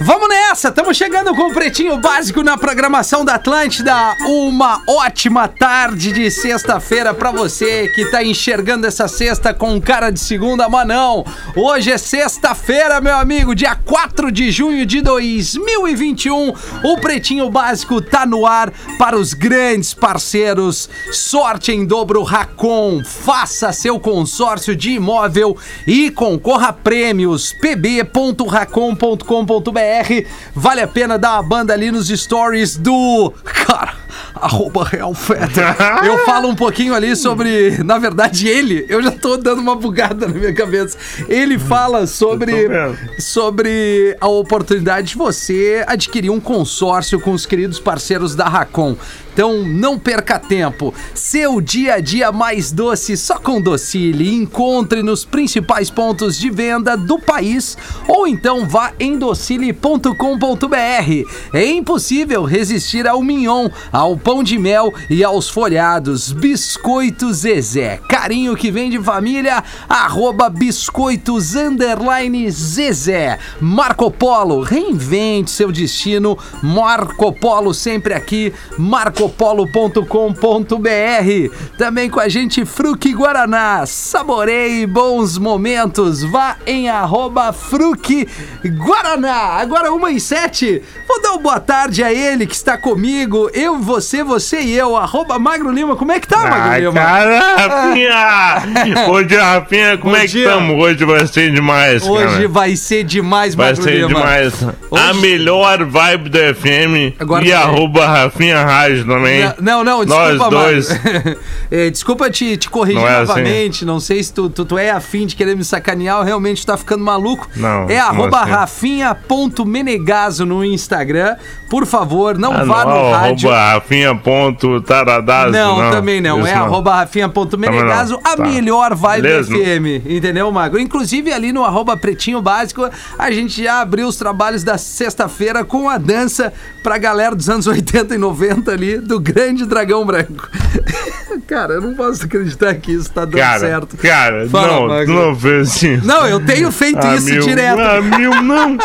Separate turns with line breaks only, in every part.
Vamos nessa, estamos chegando com o Pretinho Básico na programação da Atlântida. Uma ótima tarde de sexta-feira para você que tá enxergando essa sexta com cara de segunda, mas não. Hoje é sexta-feira, meu amigo, dia 4 de junho de 2021. O Pretinho Básico tá no ar para os grandes parceiros. Sorte em dobro Racon. Faça seu consórcio de imóvel e concorra a prêmios. pb.racon.com.br BR. Vale a pena dar uma banda ali nos stories do. Cara. Arroba Real Feta. Eu falo um pouquinho ali sobre. Na verdade, ele. Eu já tô dando uma bugada na minha cabeça. Ele fala sobre. Sobre a oportunidade de você adquirir um consórcio com os queridos parceiros da Racon. Então, não perca tempo. Seu dia a dia mais doce só com Docile. Encontre nos principais pontos de venda do país ou então vá em docile.com.br. É impossível resistir ao mignon, ao pão de mel e aos folhados. Biscoito Zezé. Carinho que vem de família, arroba biscoitos underline Zezé. Marco Polo, reinvente seu destino. Marco Polo sempre aqui. Marco marcopolo.com.br. Também com a gente Fruque Guaraná. Saborei bons momentos. Vá em arroba Fruque Guaraná. Agora uma e sete. Vou dar uma boa tarde a ele que está comigo. Eu, você, você e eu. Arroba Magro Lima. Como é que tá, Magro
Ai,
Lima?
cara, Rafinha! Hoje, Rafinha,
Ah.
como
Bom
é que
dia.
estamos? Hoje vai ser demais,
Hoje
cara.
vai ser demais,
Vai
Magro
ser
Lima.
demais. A
Hoje-
melhor vibe do FM
Agora
e
vai.
arroba Rafinha Rádio também.
Não, não,
Nós
desculpa,
dois.
Mário. É, desculpa te, te corrigir
Não é assim.
novamente. Não sei se tu, tu, tu é afim de querer me sacanear ou realmente tu tá ficando maluco.
Não,
É
não
arroba
assim.
rafinha.menegaso no Instagram. Por favor, não
Ah,
vá no
arroba
rádio.
Rafinha ponto taradaço,
Não, também não.
Isso
É arroba rafinha.menegaso, a
Também não. Tá.
melhor vibe
Beleza.
FM. Entendeu, Magro? Inclusive, ali no arroba pretinho básico, a gente já abriu os trabalhos da sexta-feira com a dança pra galera dos anos 80 e 90 ali, do grande dragão branco. Cara, eu não posso acreditar que isso tá dando
Cara,
certo.
cara,
Fala,
não,
Magro.
não fez assim.
Não, eu tenho feito
Ah,
isso
meu,
direto.
ah, meu, não.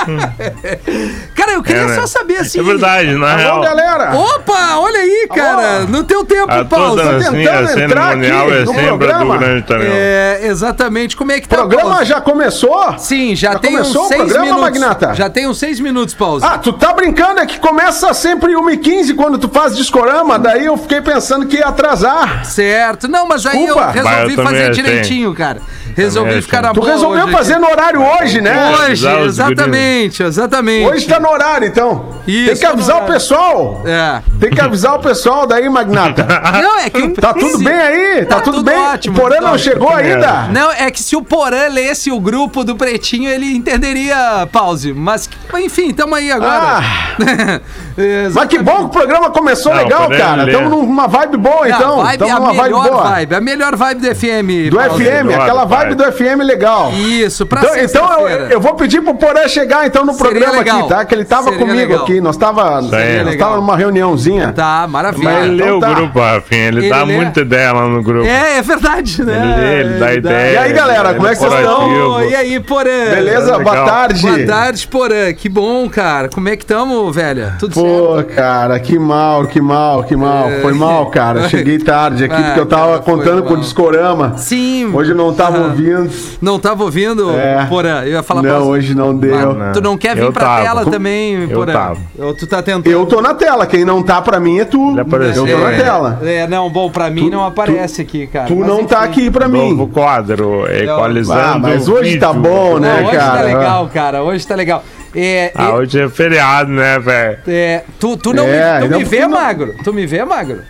Cara, eu queria
É, né?
só saber assim.
É verdade, na real.
Tá galera!
Opa, olha aí, cara. No teu tempo,
A
pausa.
toda dancinha
tentando entrar
cerimonial
aqui
é
no
sempre a do
programa.
grande também.
É, exatamente. Como é que
O
tá
programa
pausa?
já começou?
Sim, já,
Já
tem uns
começou o
seis
programa,
minutos.
Magnata?
Já tem uns seis minutos, pausa.
Ah, tu tá brincando, é que começa sempre 1h15 quando tu faz discorama, daí eu fiquei pensando que ia atrasar.
Certo. Não, mas aí eu
Desculpa.
Mas
resolvi
eu também
fazer
achei.
direitinho, cara. Resolvi
achei.
ficar na
Tu
boa
resolveu
hoje
fazer
aqui.
no horário hoje, né?
Hoje.
Hoje,
Avisar os
exatamente, exatamente.
Hoje tá no horário, então.
Isso,
Tem que
tá no
avisar o
horário.
pessoal.
É.
Tem que avisar o pessoal daí, Magnata.
Não, é que...
Tá tudo
se-
bem aí? Tá,
Tá
tudo,
tudo
bem?
ótimo,
o Porã
tudo
não
ótimo.
chegou ainda?
Não, é que se o Porã lesse o grupo do Pretinho, ele entenderia, pause. Mas, enfim, tamo aí
Ah!
agora. É, Exatamente.
Mas que bom que o programa começou
Não,
legal,
podemos
cara.
ler.
Estamos numa vibe boa,
É,
então.
a vibe,
Estamos
a
numa vibe
melhor
boa.
vibe, a melhor vibe do FM.
Do
Pause.
FM,
melhor,
aquela
pai.
vibe do FM legal.
Isso, pra
Então, então eu,
Tá sexta-feira.
eu vou pedir pro Porã chegar então no
Seria
programa
legal.
aqui, tá? Que ele tava
Seria
comigo
legal.
aqui, nós tava,
Seria
nós
legal.
tava numa reuniãozinha.
Tá, maravilha.
Mas ele
então
lê o
tá.
grupo, Rafinha. Ele,
Ele
dá
lê.
muita ideia lá no grupo.
É, é verdade, né?
Ele lê, ele dá ideia.
E aí, galera,
ele
como é que vocês
corativo.
Então, e aí, Porã?
Beleza?
Legal.
Boa tarde.
Boa tarde, Porã. Que bom, cara. Como é que tamo, velho? Tudo certo?
Pô, cara, que mal, que mal, que mal. Foi mal, cara. Cheguei tarde aqui
É. Ah,
porque eu
cara,
tava
foi
contando com o
mal. Ah.
Discorama.
Sim.
Hoje eu não tava
Aham.
ouvindo.
Não tava ouvindo,
É.
Porã? Eu ia falar pra
não,
você.
hoje não deu.
Ah, Tu não quer vir
Eu
pra
tava.
tela também,
Eu
Porã?
tava.
Ou Tu tá tentando.
Eu tô na tela, quem não tá pra mim é tu.
Ele apareceu,
Eu tô na
é.
tela.
É, não, bom, pra mim não aparece aqui, cara.
Tu
Mas
não tá
enfim.
aqui pra
Novo
mim.
quadro, equalizando.
Ah, mas
o
hoje tá
vídeo.
bom,
Não,
né,
hoje tá
cara?
legal, cara. Hoje tá legal. É,
Ah,
e-
hoje é feriado, né, velho?
é, tu, tu não
É,
me, tu
não,
me vê,
tu não-
magro? Tu me vê, magro?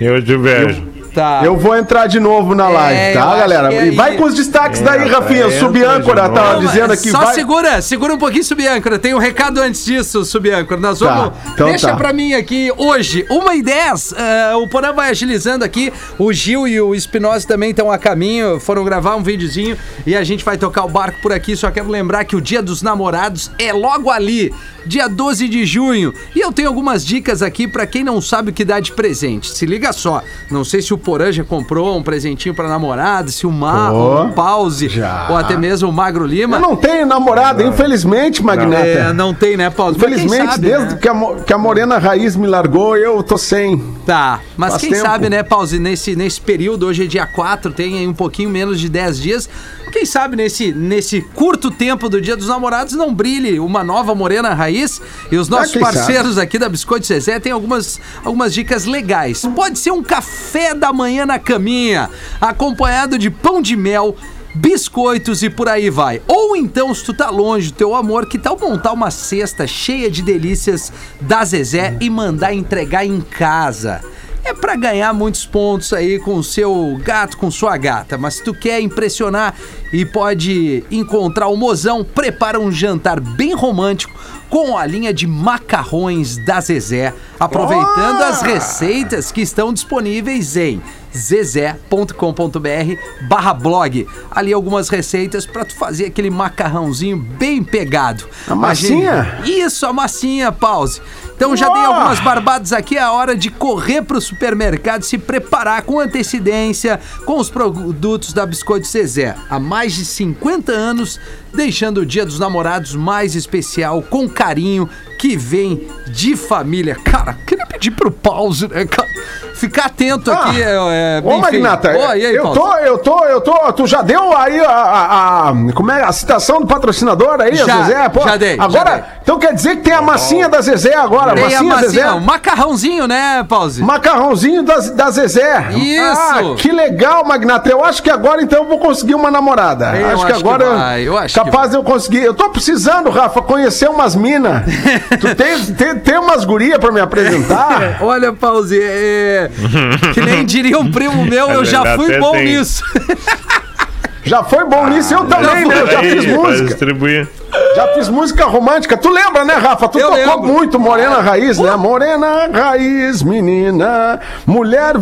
Eu te vejo.
tá.
Eu vou entrar de novo na live,
É, eu
tá,
acho
galera?
que é
E vai
aí.
com os destaques daí, Rafinha.
entra
Subâncora,
de
tá
novo.
dizendo aqui.
Só
vai...
segura, segura um pouquinho, Subâncora. Tem um recado antes disso, Subâncora. Nós
Tá,
vamos.
então
deixa
tá.
pra mim aqui hoje, 1 e 10 O Porã vai agilizando aqui. O Gil e o Espinosa também estão a caminho. Foram gravar um videozinho e a gente vai tocar o barco por aqui. Só quero lembrar que o Dia dos Namorados é logo ali, dia 12 de junho. E eu tenho algumas dicas aqui pra quem não sabe o que dá de presente. Se liga só. Não sei se o Porã já comprou um presentinho pra namorada, se o Marro,
Ó,
um pause,
já.
ou até mesmo o Magro Lima.
Ah. Eu não tenho namorada, infelizmente, Magnata.
É, não tem, né, Paulo? Mas quem
Infelizmente,
sabe,
desde
né?
que, a, mo- que a Morena Raiz me largou, eu tô sem.
Tá, mas
Faz
quem
tempo.
sabe, né, Pause, nesse, nesse período, hoje é dia 4, tem aí um pouquinho menos de 10 dias. Quem sabe nesse, nesse curto tempo do Dia dos Namorados não brilhe uma nova morena raiz e os nossos
quem
parceiros aqui da Biscoito Zezé têm algumas, algumas dicas legais. Pode ser um café da manhã na caminha, acompanhado de pão de mel, biscoitos e por aí vai. Ou então, se tu tá longe do teu amor, que tal montar uma cesta cheia de delícias da Zezé e mandar entregar em casa? É pra ganhar muitos pontos aí com o seu gato, com sua gata. Mas se tu quer impressionar e pode encontrar o mozão, prepara um jantar bem romântico com a linha de macarrões da Zezé, aproveitando as receitas que estão disponíveis em zezé.com.br barra blog. Ali algumas receitas pra tu fazer aquele macarrãozinho bem pegado.
A massinha?
gente- Isso, a massinha, pause. Então já dei
Uau!
algumas barbadas aqui, é a hora de correr pro supermercado, se preparar com antecedência com os produtos da Biscoito Zezé. Há mais de 50 anos, deixando o Dia dos Namorados mais especial, com carinho, que vem de família. Cara, queria pedir pro pause, né, cara? Ficar atento
Ah.
aqui, é, é,
Ô,
enfim.
Magnata,
Ó, e aí,
eu
Paulo?
tô, eu tô, eu tô. Tu já deu aí a, a- a- como é, a citação do patrocinador aí,
Já,
a Zezé?
já dei, já
Agora,
dei.
então quer dizer que tem a massinha da Zezé agora,
Tem a
massinha,
massinha, o
Zezé.
macarrãozinho, né, Pause?
Macarrãozinho da, da Zezé.
Isso.
Ah, que legal, Magnata. Eu acho que agora então eu vou conseguir uma namorada.
Eu
acho que
acho que
agora
vai, eu acho que
capaz de eu conseguir. Eu tô precisando, Rafa, conhecer umas minas. tu tem, tem, tem umas gurias pra me apresentar?
Olha, Pause, é, que nem diria um primo meu, eu já
É verdade,
fui
até
bom
tem.
nisso.
Já foi bom nisso, eu também, né? Eu já
Peraí,
fiz
pra
música.
distribuir.
Já fiz música romântica. Tu lembra, né, Rafa? Tu
Eu
tocou
lembro. Uh!
muito Morena Raiz, né? Morena Raiz, menina, mulher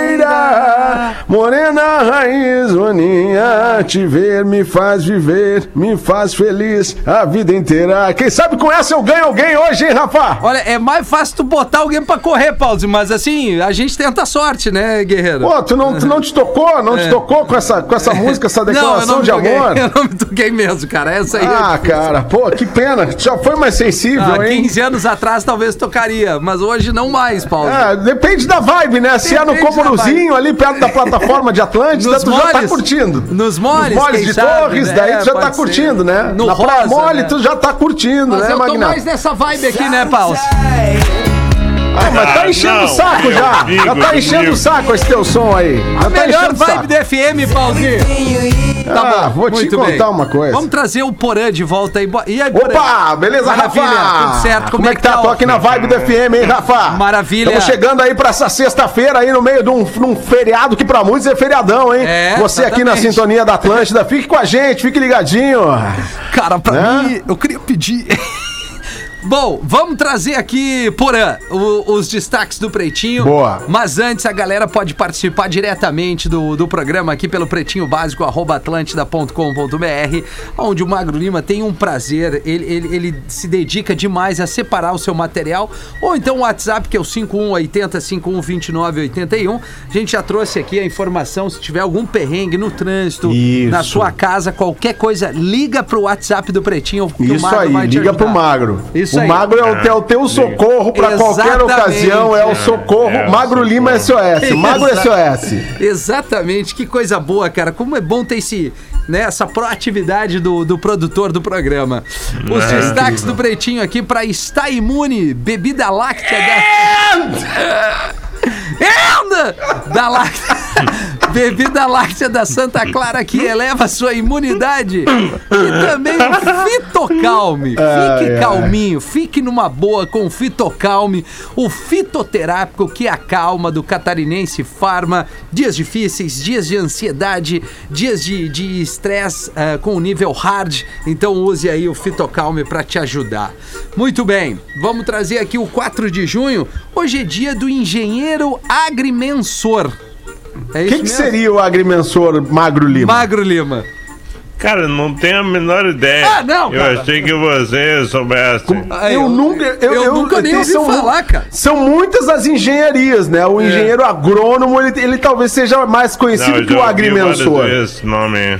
verdadeira. Morena Raiz, maninha, te ver me faz viver, me faz feliz a vida inteira. Quem sabe com essa eu ganho alguém hoje, hein, Rafa?
Olha, é mais fácil tu botar alguém pra correr, Pause, mas assim, a gente tenta a sorte, né, guerreiro?
Pô, tu não, tu não te tocou? Não te tocou com essa, com essa música, essa
É. não, eu
declaração
não me
de
toquei,
amor?
eu não me toquei mesmo, cara, essa aí...
Ah, cara, pô, que pena. Tu Já foi mais sensível,
Há
hein?
15 anos atrás talvez tocaria, mas hoje não mais, Pause.
É, depende da vibe, né? Se é no
Depende da
Comoruzinho, ali perto da plataforma de Atlântida,
Nos
tu já tá
moles.
curtindo.
Nos moles, quem
de
sabe,
Torres,
né?
daí tu já
Pode
tá
ser.
curtindo, né?
No
Na Praia
rosa,
Mole,
né?
tu já tá curtindo,
mas
né,
eu tô mais
Magnata?
nessa vibe aqui, né, Pause?
Ah, mas tá
Ah,
enchendo
não,
o saco
meu
já.
amigo,
já tá enchendo
comigo.
o saco esse teu som aí. Já tá
Melhor
enchendo o
vibe
saco.
do FM, Pause.
Ah, vou te
Tá Muito
contar
bem.
uma coisa.
Vamos trazer o Porã de volta aí. Bo- E aí, Porã?
Opa, beleza,
Maravilha,
Rafa?
tudo certo.
Como, é que tá?
o-
Tô aqui na vibe do FM, hein, Rafa?
Maravilha.
Estamos chegando aí pra essa sexta-feira aí no meio de um, num feriado que pra muitos é feriadão, hein?
É,
Você aqui na
exatamente.
sintonia da Atlântida, fique com a gente, fique ligadinho.
Cara, pra
Né?
mim, eu queria pedir. Bom, vamos trazer aqui, Porã, o- os destaques do Pretinho.
Boa.
Mas antes, a galera pode participar diretamente do, do programa aqui pelo pretinho básico, arroba atlântida.com.br, onde o Magro Lima tem um prazer, ele, ele, ele se dedica demais a separar o seu material, ou então o WhatsApp, que é o 5180 512981. A gente já trouxe aqui a informação, se tiver algum perrengue no trânsito, na
Isso.
sua casa, qualquer coisa, liga pro WhatsApp do Pretinho. que o
Isso
Magro
aí,
vai te
liga
ajudar.
pro Magro.
Isso
o
aí.
Magro é o teu, o teu socorro pra qualquer
Exatamente.
ocasião, é o socorro.
É, é o
Magro
socorro.
Lima SOS, Magro
Exa-
SOS.
Exatamente, que coisa boa, cara. Como é bom ter esse, né, essa proatividade do, do produtor do programa. Os
É,
destaques do Pretinho aqui pra estar imune, bebida láctea da. And! Da láctea. Bebida láctea da Santa Clara que eleva sua imunidade. E também o Fitocalme. Fique
Ai, ai.
calminho, fique numa boa com o Fitocalme, o fitoterápico que acalma do catarinense Farma. Dias difíceis, dias de ansiedade, dias de de estresse eh, com o nível hard. Então use aí o Fitocalme para te ajudar. Muito bem, vamos trazer aqui o 4 de junho. Hoje é dia do engenheiro agrimensor. É
O
isso
que, que
mesmo?
seria o agrimensor Magro Lima?
Magro Lima.
Cara, não tenho a menor ideia.
Ah, não,
Eu
cara.
achei que você soubesse.
Ah,
eu, nunca, eu,
eu nunca nem
tem-
ouvi falar, cara. É.
São muitas as engenharias, né? O engenheiro agrônomo, ele, ele talvez seja mais conhecido
eu
assim que
já
o
ouvi
agrimensor.
várias vezes Esse nome.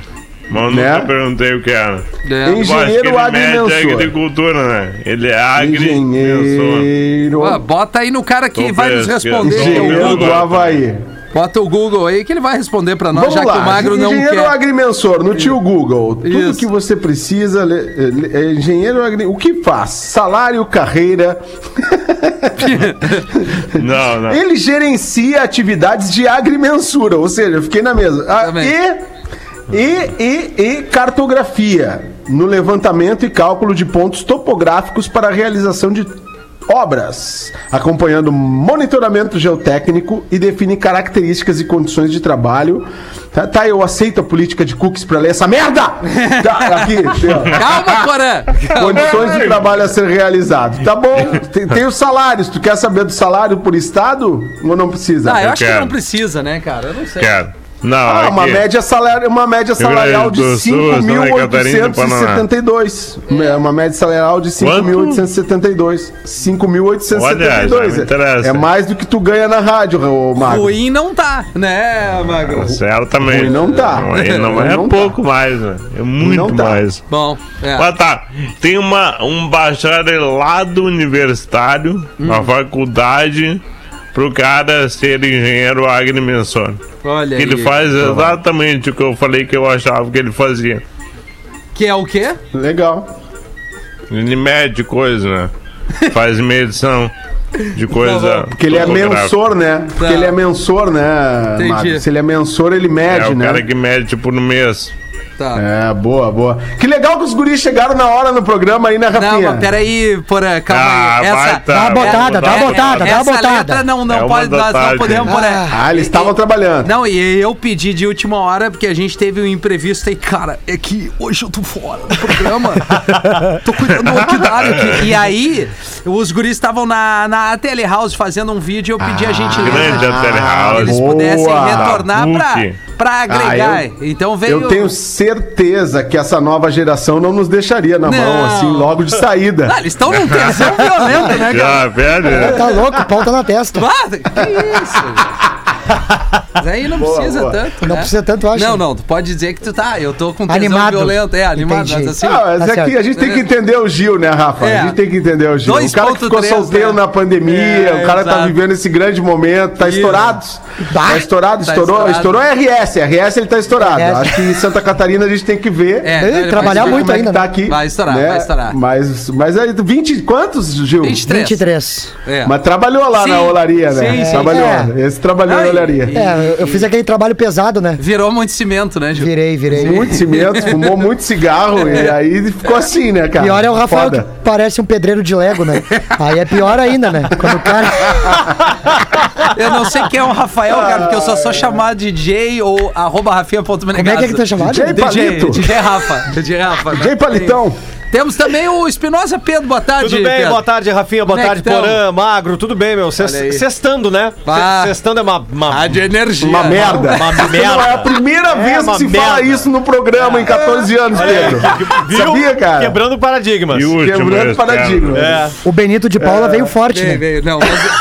Mas
Né?
nunca perguntei o que
É.
era. Eu acho que
Engenheiro
ele mede
agrimensor.
agricultura, né? Ele é agrimensor.
Engenheiro.
Ah, bota aí no cara que
Tô
vai nos
pesquisando.
responder. que é o
Engenheiro
Google.
do Havaí.
Bota o Google aí que ele vai responder pra nós,
Vamos
já
lá.
que o Magro não
engenheiro
quer. É.
agrimensor, no tio Google. Tudo
Isso.
que você precisa. le- le- é engenheiro agrimensor. O que faz? Salário, carreira.
Não, não.
Ele gerencia atividades de agrimensura, ou seja, eu fiquei na mesa. Ah,
Também.
e, e, e, e cartografia no levantamento e cálculo de pontos topográficos para a realização de obras, acompanhando monitoramento geotécnico e define características e condições de trabalho. Tá, tá, eu aceito a política de cookies para ler essa merda! Tá, aqui, ó.
Calma, Corã!
Condições de trabalho a ser realizado. Tá bom, tem, tem os salários. Tu quer saber do salário por estado? Ou não precisa?
Ah, eu acho que
quero.
não precisa, né, cara? Eu não sei.
Cara, não,
Ah,
aqui.
uma média, salari... uma média
Grande
salarial de
do Sul, Santa Catarina,
5.872. É, Uma média salarial de 5.872.
Olha, já me
5.872.
interessa.
É. é mais do que tu ganha na rádio, ô Magro.
Ruim não tá, né, Magro?
Certamente.
Ruim não tá.
Não, ele não
Ruim
é
não tá.
pouco mais, né? É muito
não tá.
mais.
Bom, é.
Mas tá, tem uma, um bacharelado universitário,
Hum.
uma faculdade, pro cara ser engenheiro agrimensor.
olha aí.
Ele
Tá
faz exatamente o que eu falei que eu achava que ele fazia.
Que é o quê?
Legal.
Ele mede coisa, né? Faz medição de coisa.
Porque ele é
topográfica.
mensor, né? Porque
Tá.
ele é mensor, né,
Entendi.
Magro? Se ele é mensor, ele
É
mede,
o
né?
cara que mede tipo no mês.
Tá.
É, boa, boa. Que legal que os guris chegaram na hora no programa aí, né,
Não,
Rafinha?
mas peraí, Porã, calma
Ah,
aí.
vai
Essa,
tá.
Dá uma botada, dá uma
É,
botada, dá uma
essa
botada.
letra não, não
É uma
pode, nós não
botada.
podemos, Porã.
Ah, eles estavam trabalhando.
Não, e eu pedi de última hora, porque a gente teve um imprevisto e, cara, é que hoje eu tô fora do programa. tô cuidando do orquidário aqui. E aí, os guris estavam na, na Telehouse fazendo um vídeo e eu pedi
Ah,
a gente
Grande a
eles
telehouse.
boa.
pudessem retornar pra,
PUC.
pra agregar.
Ah,
então veio.
Eu tenho certeza que essa nova geração não nos deixaria na
Não.
mão, assim, logo de saída.
Ah, eles estão num tesão violento, né, cara?
Já, velho. né?
Tá louco, pauta na testa.
Ah, que isso? gente. Mas aí não precisa
boa.
tanto.
Não
né?
precisa tanto, eu acho.
Não, não, tu pode dizer que tu tá. Eu tô com tesão
Animado.
violento. É, animado.
Entendi.
Mas assim,
Ah, mas
Tá
é que
certo.
a gente tem que entender o Gil, né, Rafa?
É.
A gente tem que entender o Gil. o cara que ficou
2.3,
solteiro
né?
na pandemia,
É,
o cara tá
exato.
vivendo esse grande momento, tá
Isso.
estourado. Tá estourado,
Tá
estourou,
estourado.
estourou RS, RS ele tá estourado.
RS.
Acho que em Santa Catarina a gente tem que ver.
É,
Ei,
então ele
trabalhar
vai-
muito
como é que
ainda,
tá
né?
aqui.
Vai estourar, vai estourar.
Mas, mas aí, 20 e quantos, Gil?
23.
23.
É.
Mas trabalhou lá
Sim,
na olaria, né?
sim, sim.
trabalhou.
É.
Esse trabalhou
Ai,
na olaria.
e-
É, eu fiz aquele trabalho pesado, né?
Virou muito cimento, né, Gil?
Virei, virei.
Muito cimento, fumou muito cigarro e aí ficou assim, né, cara?
E olha é o Rafael
Foda.
que parece um pedreiro de Lego, né? Aí é pior ainda, né? Quando o cara.
Eu não sei quem é o Rafael, cara, porque eu só sou chamado de DJ ou arroba rafinha.menegaso.
Ah. Como é que é que tu é chamado?
DJ
DJ,
Palito.
DJ Rafa. DJ Rafa. né?
DJ Palitão.
Temos também o Espinosa Pedro. Boa tarde,
Tudo bem,
Pedro.
boa tarde, Rafinha, boa
Como é
tarde,
que tamo?
Porã, Magro, tudo bem, meu?
Olha aí.
Cês- Sextando, né?
Ah.
Cê- Sextando é uma, uma,
Rádio Ah, Energia.
Uma merda.
uma
Essa não é a
merda.
primeira vez que
uma
se fala
merda.
isso no programa em 14 anos, Pedro.
Viu?
Sabia, cara?
Quebrando paradigmas.
E o último.
Quebrando
esse
paradigma.
cara.
É.
O Benito de Paula
Ah,
veio forte,
Vem,
né?
vem, não. mas-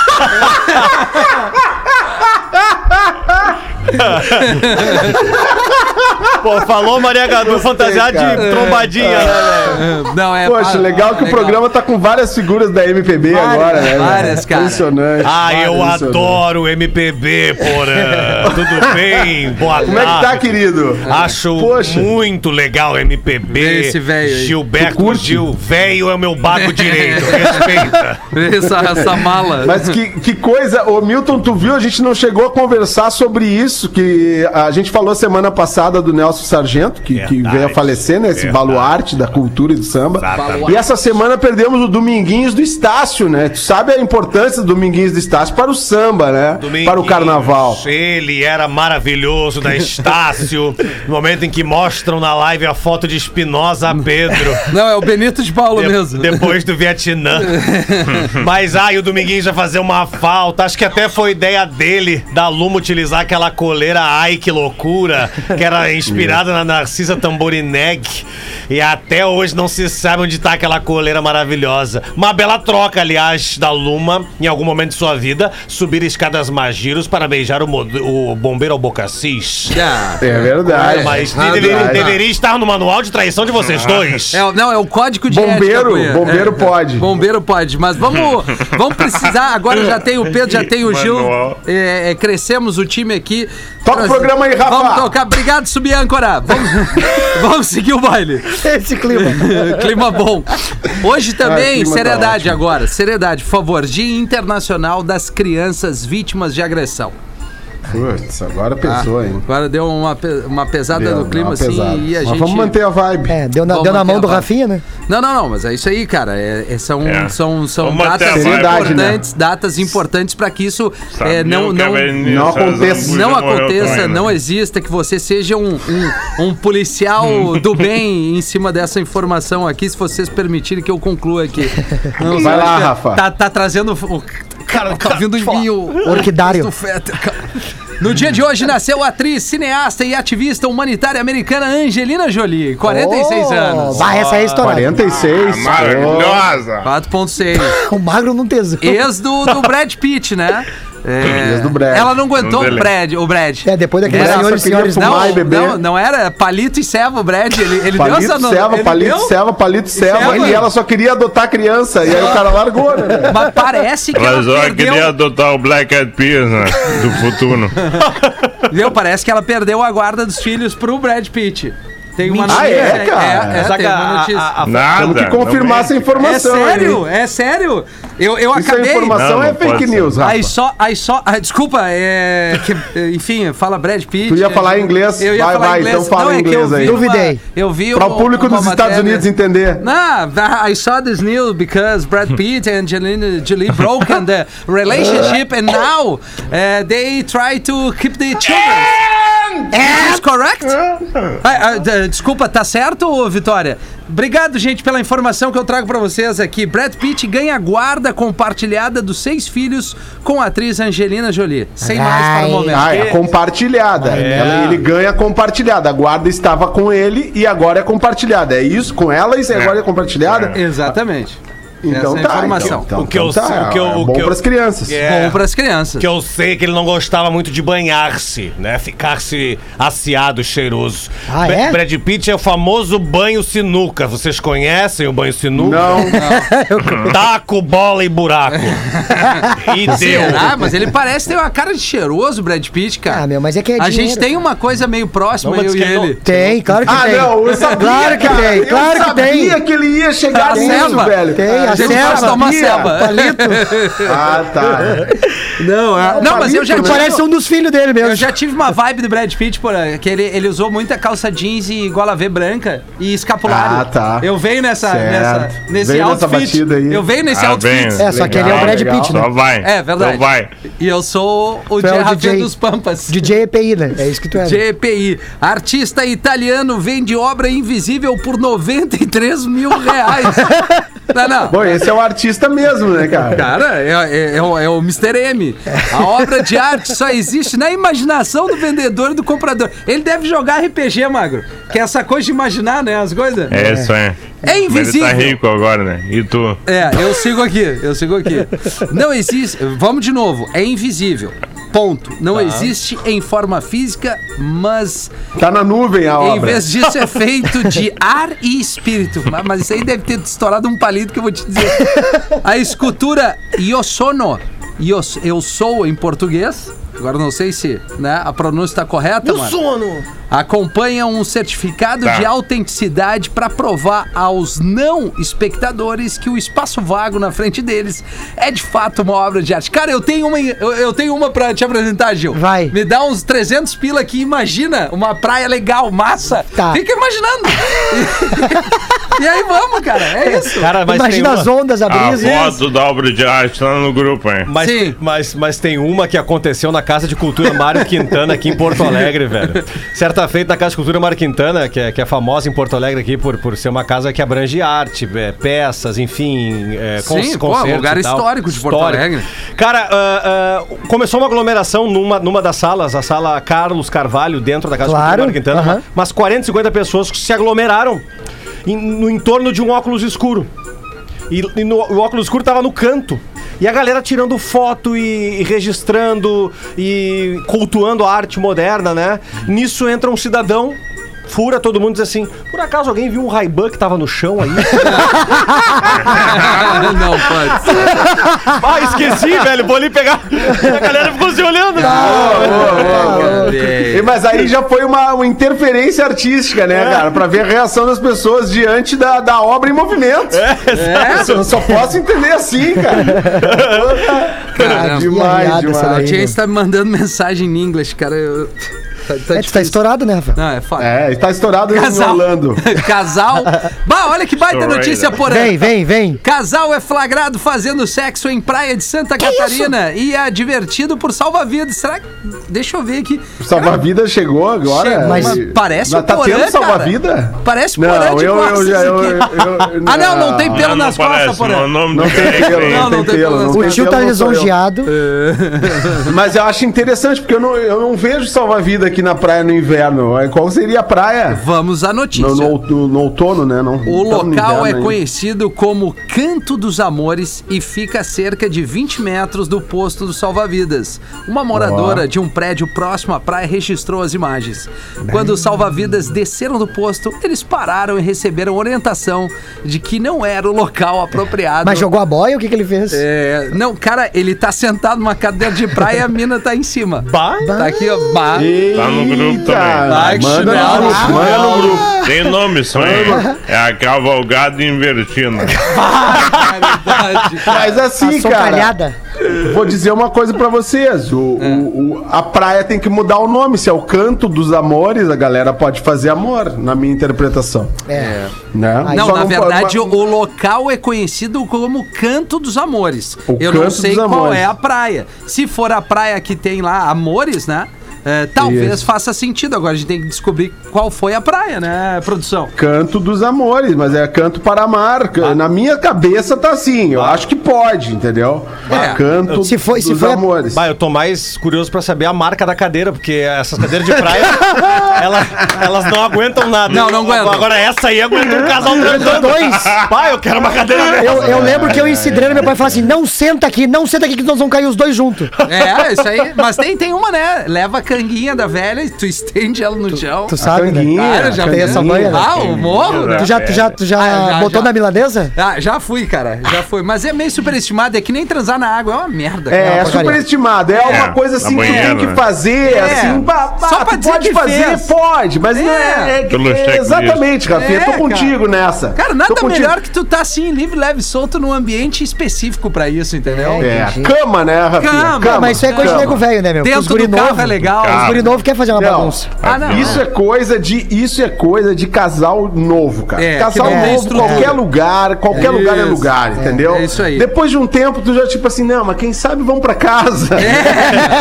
Pô, falou Maria Gadu fantasiada de
cara.
trombadinha. né?
É, Não, é.
Poxa,
ah,
legal
ah,
que o programa tá com várias figuras da MPB agora, né?
várias, cara.
Impressionante.
Ah, eu
Impressionante.
adoro MPB, porã. Tudo bem? Boa
Como é que tá,
tarde.
querido?
Ah. Acho
Poxa.
muito legal MPB.
Vê esse velho aí.
Gilberto
Tu curte?
Gil, velho é o meu bago direito. Respeita.
Essa, essa mala.
Mas que, que coisa, ô Milton, tu viu? A gente não chegou a conversar sobre isso, que a gente falou semana passada do Nelson Sargento, que, que
Verdade.
veio a falecer, né? Esse
Verdade.
baluarte da cultura e do samba.
Exatamente.
E essa semana perdemos o Dominguinhos do Estácio, né? Tu sabe a importância do Dominguinhos do Estácio para o samba, né? Para o carnaval.
Ele era maravilhoso da Estácio. no momento em que mostram na live a foto de Espinosa a Pedro.
Não, é o Benito de Paulo
De-
mesmo.
Depois do Vietnã. Mas ai, o Dominguinho já fazer uma falta. Acho que até foi ideia dele, da Luma utilizar aquela coleira Ai Que Loucura, que era inspirada na Narcisa Tamborineg. E até hoje não se sabe onde tá aquela coleira maravilhosa. Uma bela troca, aliás, da Luma, em algum momento de sua vida, subir escadas magiros para beijar o, mod- o bombeiro Albocacis.
Ah,
É verdade.
Mas
É
deveria,
verdade.
deveria estar no manual de traição de vocês dois.
É, o- não, é o código de
Bombeiro,
ética, Cunha. É,
bombeiro pode.
Bombeiro pode, mas vamos, vamos precisar. Agora já tem o Pedro, já tem o Gil.
Manual.
É, é, crescemos o time aqui.
Toca o programa aí, Rafa.
Vamos tocar. Obrigado, Subiâncora. Vamos, vamos seguir o baile.
Esse clima.
clima bom. Hoje
Ah, o
também,
clima tá
seriedade
ótimo.
agora. Seriedade, por favor. Dia Internacional das Crianças Vítimas de Agressão.
Putz, agora pensou, hein?
Agora deu uma, pe- uma pesada
Deu,
no Ah, clima,
uma
assim,
pesada.
e a
Mas
gente...
vamos manter a vibe.
É, deu na,
Vamos
deu na
manter
mão
a
do
vibe.
Rafinha, né?
Não, não, não, mas é isso aí, cara. É- é- são,
É.
são, são
Vamos manter
datas
a vibe. né?
importantes, datas importantes para que isso é, não, não,
não aconteça.
não
né?
aconteça, não é exista, que você seja um, um, um policial do bem em cima dessa informação aqui, se vocês permitirem que eu conclua aqui. Não,
Vai
eu
lá,
acho que
Rafa.
Tá, tá trazendo. o- Cara, tá vindo em mim o.
Orquidário.
o Fetter, cara. No dia de hoje nasceu a atriz, cineasta e ativista humanitária americana Angelina Jolie, 46
Oh,
anos.
Bah, essa aí é estourada.
46.
Tá
Ah,
Maravilhosa.
4.6.
O É um magro não tesou.
Ex do, do Brad Pitt, né? É,
Ex do Brad.
Ela não aguentou
Um
o Brad, o Brad.
É, depois daquele
Essa
senhor e
só queria
senhores.
fumar.
Não,
e beber.
Não, não era palito e ceva o Brad. Ele, ele
Palito
deu essa no-
Seva,
ele
palito
deu,
Seva, palito Seva.
Seva.
E ela só queria adotar criança. E aí o cara largou, né?
Mas parece que
Ela
ela,
só
perdeu.
queria adotar o Black Eyed Peas, né? Do futuro.
Entendeu? Parece que ela perdeu a guarda dos filhos pro Brad Pitt. Tem uma
Mentira. Ah, é,
aí.
cara?
É, é,
Só que
tem
a-
uma
a-
notícia.
a-
Nada.
Temos que confirmar
não
essa
vem.
é
informação. hein?
sério, é sério. Eu, eu
Isso
acabei.
é informação,
Não,
é
não pode
fake
ser.
news, Rafa.
Aí só, aí só, ah, desculpa, é, que- enfim, fala Brad Pitt.
Tu ia
né?
falar em inglês?
Eu ia
Vai,
falar
vai,
inglês.
então fala
Não,
em
é que
inglês
eu vi
aí.
uma-
Duvidei.
eu vi
Para
uma-
o público
uma
dos Estados
matéria-
Unidos entender.
Nah, I saw this news because Brad Pitt and Angelina Jolie broken the relationship and now uh, they try to keep the children. Is this correct? Ah, ah, d- desculpa, tá certo, Vitória? Obrigado, gente, pela informação que eu trago pra vocês aqui. Brad Pitt ganha guarda compartilhada dos seis filhos com a atriz Angelina Jolie. Sem mais para o
Ai.
momento.
Ah, é compartilhada.
É.
Ela- ele ganha compartilhada. A guarda estava com ele e agora é compartilhada. É isso? Com ela e agora é compartilhada?
Exatamente.
Então
Essa é a
tá.
informação.
Então,
O que eu
então
sei-
tá.
o que eu-
é
o
bom
que eu-
para as crianças.
É.
Bom para as crianças.
Que eu sei que ele não gostava muito de banhar-se, né? Ficar-se asseado, cheiroso.
Ah,
Bra-
é?
Brad Pitt é o famoso banho sinuca. Vocês conhecem o banho sinuca?
Não.
Taco, bola e buraco. e deu.
Será? Mas ele parece ter uma cara de cheiroso, Brad Pitt, cara.
Ah, meu, mas é que é
A
dinheiro,
gente tem uma coisa meio próxima,
Não, mas
eu e
que não-
ele.
Tem, claro que
Ah,
tem.
não, eu sabia,
Claro que
cara.
tem,
Eu
claro que tem.
sabia que ele ia chegar
A
nisso,
ceba.
velho.
Tem,
Ah,
a
eu
ceba.
sabia.
Toma ceba.
Ah, tá.
Não, é... Não, mas eu já
Palito,
Ele
tive...
né?
parece um dos filhos dele mesmo.
Eu já tive uma vibe do Brad Pitt, porra, que ele, ele usou muita calça jeans e gola V branca e escapulário.
Ah, tá.
Eu venho nessa,
Certo.
nessa nesse
Veio nessa
outfit.
batida aí.
Eu venho nesse
Ah,
outfit.
bem,
É, só que ele é o
legal,
Brad
legal.
Pitt, né?
Só vai.
É verdade.
Só vai.
E eu sou o
Tu é o
Rafinha
DJ.
dos Pampas.
DJ EPI, né? É isso que tu é. né?
GPI. Artista italiano vende obra invisível por 93 mil reais. não, não.
Bom, esse é o artista mesmo, né, cara?
Cara, é, é- é o, é o Mr. M. A obra de arte só existe na imaginação do vendedor e do comprador. Ele deve jogar RPG, Magro. Que é essa coisa de imaginar, né? As coisas.
É isso aí.
É invisível.
Mas Ele tá rico agora, né? E tu?
É, eu sigo aqui, eu sigo aqui. Não existe. Vamos de novo. É invisível. Ponto. Não existe em forma física, mas
Tá na nuvem a
em
obra.
vez disso é feito de ar e espírito. Ma- Mas, isso aí deve ter estourado um palito que eu vou te dizer. A escultura Yosono. Yos, eu sou em português. Agora eu não sei se né, a pronúncia está correta, mano.
sono!
Acompanha um certificado
Tá.
de autenticidade para provar aos não espectadores que o espaço vago na frente deles é de fato uma obra de arte. Cara, eu tenho uma, eu, eu tenho uma para te apresentar, Gil.
Vai.
Me dá uns 300 pila aqui, imagina uma praia legal, massa.
Tá.
Fica imaginando. e aí vamos, cara. É isso.
Cara, mas
Imagina
tem
as
uma,
Ah,
ondas,
É
a
A
brisa.
foto da obra de arte lá no grupo, é. hein?
mas,
Sim.
mas, mas tem uma que aconteceu na Casa de Cultura Mário Quintana aqui em Porto Alegre, velho. Certa feita na Casa de Cultura Mário Quintana, que é, que é famosa em Porto Alegre aqui por, por ser uma casa que abrange arte, é, peças, enfim, é, con-
Sim, pô,
concertos
lugar
e tal.
histórico de Porto Alegre.
Cara, ah, ah, começou uma aglomeração numa, numa das salas, a sala Carlos Carvalho, dentro da Casa
Claro,
de Cultura Mário Quintana,
aham.
mas 40, 50 pessoas se aglomeraram em- no entorno de um óculos escuro. E, e no- o óculos escuro tava no canto. E a galera tirando foto e, e registrando e cultuando a arte moderna, né? Nisso entra um cidadão, fura todo mundo e diz assim: Por acaso alguém viu um Ray-Ban que tava no chão aí?
não pode ser.
ah, esqueci, velho, vou ali pegar. A galera ficou se olhando.
E, Mas aí já foi uma, uma interferência artística, né, cara? Pra ver a reação das pessoas diante da, da obra em movimento.
É,
Eu só posso entender assim, cara.
Caramba.
demais,
viado isso
demais.
A
daí. É,
audiência tá me mandando mensagem em inglês, cara. Eu... Tá, tá
É, tu tá
difícil.
estourado, né, Rafa?
Não, é foda.
É, tá estourado
Casal.
enrolando.
Casal. Bah, olha que baita
Sorry,
notícia
né?
por
É. Vem,
aí.
vem, vem.
Casal é flagrado fazendo sexo em praia de Santa Catarina e é advertido por salva-vidas. Será que. Deixa eu ver aqui.
Salva-vida chegou agora.
Chegou,
mas
E-
parece
Mas
o
Tá
Porã,
tendo
cara.
salva-vida?
Parece
Não,
porã de
eu- eu
costas
já- eu-
aqui.
eu-
ah, não, não tem
não.
pelo
não,
nas
não
costas,
parece, mas O
porém.
nome
Não
do cara
tem
é que
pelo,
tem.
Não,
não
não
tem
tem pelo
pelo.
nas
não
O
tem
tio
pelo,
tá
não sou eu.
lisonjeado.
É,
Mas eu acho interessante, porque eu não, eu não vejo salva-vida aqui na praia no inverno. Aí Qual seria a praia?
Vamos à notícia.
No, no- no- no outono, né? Não,
O
não tá no
local
inverno
é
ainda.
conhecido como Canto dos Amores e fica a cerca de 20 metros do posto do salva-vidas. Uma moradora de um prédio próximo à praia registrou as imagens. Quando os salva-vidas desceram do posto, eles pararam e receberam orientação de que não era o local apropriado.
Mas jogou a boia, o que que ele fez?
É, não, cara, ele tá sentado numa cadeira de praia e a mina tá em cima.
Bah.
Tá aqui, ó. Bah.
Tá no grupo
Eita,
também.
Like,
Manda
chinelo,
no grupo, manda no grupo.
Tem nome isso aí. É a cavalgada invertida.
Verdade, cara.
Mas assim,
Passou
cara,
calhada.
vou dizer uma coisa pra vocês. O,
É.
o- o- a praia tem que mudar o nome. Se é o canto dos amores, a galera pode fazer amor, na minha interpretação.
É.
Né?
Não,
Só
na
pode-
verdade, o- o local é conhecido como Canto dos Amores.
O
Eu
Canto
não sei
dos
qual
Amores.
é a praia. Se for a praia que tem lá Amores, né? É, talvez
Isso.
faça sentido. Agora a gente tem que descobrir qual foi a praia, né, produção?
Canto dos amores, mas é canto para amar. Ca- Na minha cabeça tá assim, eu acho que pode, entendeu?
É.
Canto
Se foi- se
dos
foi a-
amores.
Bah, eu tô mais curioso pra saber a marca da cadeira, porque essas cadeiras de praia, ela- elas não aguentam nada.
Não, não aguentam.
Agora essa aí aguenta um casal transando.
Dois.
Pai, eu quero uma cadeira dessa.
Eu,
É.
eu lembro que eu encidrando meu pai falou assim: não senta aqui, não senta aqui que nós vamos cair os dois juntos.
É, isso aí. Mas tem, tem uma, né? Leva a canguinha da velha e tu estende ela no chão.
Tu sabe, né?
Canguinha,
Cara, já
tem essa
é
manha, né?
Ah,
assim,
o morro? né?
Tu já, tu já, tu já
Ah, já, já.
botou na milanesa?
Ah, já fui, cara. Já fui. Mas é meio superestimado. É que nem transar na água. É uma merda.
É,
cara.
é
porcaria.
superestimado. É, uma coisa assim
na
que tu tem
banheira,
que
né?
fazer,
É.
assim, bah, bah,
Só pra
tu
dizer
pode
que
fazer,
fez.
pode, mas
É.
não é, é,
Pelo
é,
checklist.
exatamente, Rafinha,
É,
tô
cara.
contigo nessa.
Cara,
Tô
nada
contigo.
melhor que tu tá assim, livre, leve, solto num ambiente específico pra isso, entendeu?
É,
Entendi.
cama, né, Rafinha?
Cama.
Ah, mas isso é coisa de
cama.
nego velho, né, meu? Os
Dentro
guri
do carro
novo-
é legal.
Os
Carro.
guri novo quer fazer uma
Ah. Não.
bagunça.
Ah, não.
Isso é coisa de isso é coisa de casal novo, cara.
É,
casal
que não tem
novo,
estrutura.
qualquer lugar, qualquer lugar é
Isso.
lugar, entendeu?
é isso aí.
Depois de um tempo tu já tipo assim, não, mas quem sabe vão pra casa.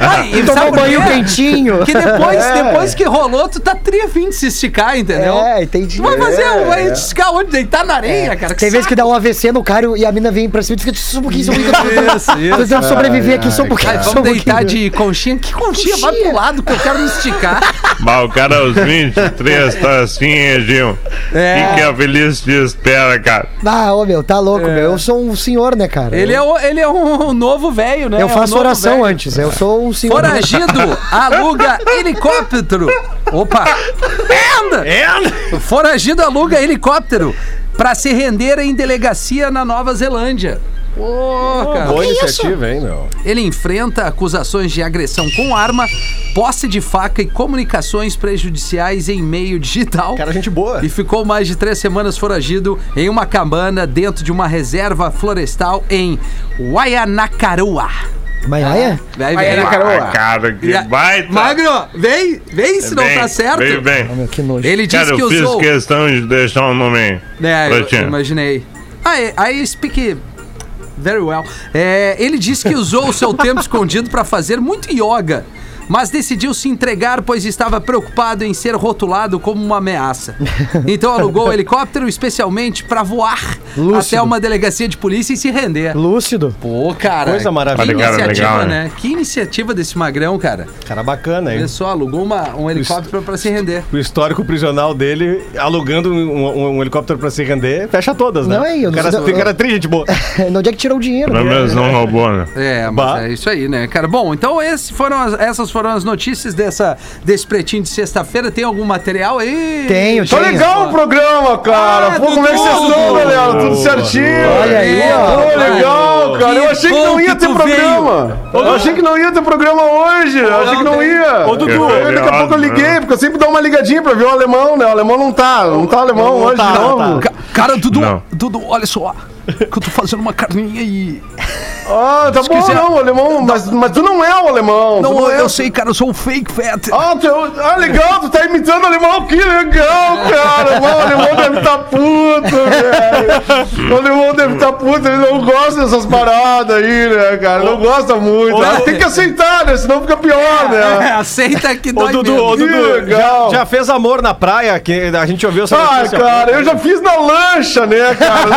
Ah, e
Tomar
É. sabe
um
por
banho
quê?
quentinho.
Que depois,
É.
depois que rolou, tu tá triafim de se esticar, entendeu?
É, entendi.
Tu vai fazer, um,
É,
vai
é.
te esticar onde? Deitar na areia, cara.
Tem vezes que
saco.
dá um AVC no cara e a mina vem pra cima e tu fica só um pouquinho, só um pouquinho.
Isso, isso.
Tô tentando sobreviver aqui só um
Ai,
pouquinho.
Ai,
só um
vamos deitar
pouquinho.
de conchinha Que conchinha? Vai pro lado que eu quero me esticar.
Mas o cara aos 23 tá assim, hein, Gil? O
É.
que, que a felicidade espera, cara?
Ah, ô meu, tá louco, meu. Eu sou um senhor, né, cara?
É. Ele é,
um.
o- ele é um, um novo velho, né?
Eu faço
É um novo
oração
velho.
antes, eu sou um senhor.
Foragido aluga helicóptero. Opa! And! Foragido aluga helicóptero pra se render em delegacia na Nova Zelândia. Ô, cara.
Boa iniciativa, hein, meu?
Ele enfrenta acusações de agressão com arma, posse de faca e comunicações prejudiciais em meio digital.
Cara, gente boa.
E ficou mais de três semanas foragido em uma cabana dentro de uma reserva florestal em Waianakarua.
Mas aí é?
Vai,
Aí
vem.
era
Ah,
caroa.
cara, que
E a-
baita.
Magro, vem, vem se não
Bem,
tá certo.
Bem,
Ô,
bem.
meu, que nojo.
Ele disse
Cara,
que
eu fiz
usou.
questão de deixar o nome aí.
É, eu,
Pretinho.
eu imaginei. Ah, é, I speak very well. É, ele disse que usou o seu tempo escondido para fazer muito yoga, mas decidiu se entregar pois estava preocupado em ser rotulado como uma ameaça. Então alugou o helicóptero especialmente para voar até uma delegacia de polícia e se render.
Lúcido.
Pô, cara.
Coisa maravilhosa.
Que
Olha, cara,
iniciativa,
legal,
né?
né?
Que iniciativa desse magrão, cara.
Cara bacana, hein?
Ele só alugou uma- um helicóptero para se render.
O histórico prisional dele, alugando um, um- um helicóptero pra se render, fecha todas, né?
Não, é, eu
o
não
cara,
sei-
Tem cara tri, gente boa.
De onde é que tirou o dinheiro?
Pelo menos não roubou, né?
É, mas
Bah.
é isso aí, né, cara? Bom, então esse foram as- essas foram as notícias dessa, desse pretinho de sexta-feira. Tem algum material aí?
Tenho,
Tá
tinha.
legal o programa, cara.
Ah,
Pô, como é que vocês
Dudu!
estão, galera? Tudo certinho?
Olha aí,
É,
ó.
Pô,
rapaz.
legal, cara. Eu
Que
achei que
bom
não ia
que
ter
tu
programa. Eu achei que não ia ter programa hoje. Eu achei que não
tem.
ia.
Ô, Dudu,
Eu, daqui a pouco
né?
eu liguei, porque eu sempre dou uma ligadinha pra ver o alemão, né? O alemão não tá. Não tá alemão hoje
tá,
de
não
novo.
Ca- Cara, Dudu,
Não.
Dudu, olha só. Que eu tô fazendo uma carninha e.
Ah, tá bom,
quiser-
não, o alemão. Mas, mas tu não é o alemão. tu
Não, eu,
é o-
sei, cara, eu sou um fake fat.
Ah, tu, ah, legal, tu tá imitando o alemão, que legal, cara. Bom, o alemão deve tá puto, velho. O alemão deve tá puto, ele não gosta dessas paradas aí, né, cara? Não gosta muito. Ah, tem que aceitar, né? Senão fica pior,
É,
né?
aceita que
Ô,
dói
Dudu,
mesmo.
ô,
Que
Dudu, já,
legal.
já fez amor na praia? Que a gente ouviu essa
Ah,
notícia.
cara, eu já fiz na lancha, né, cara? Na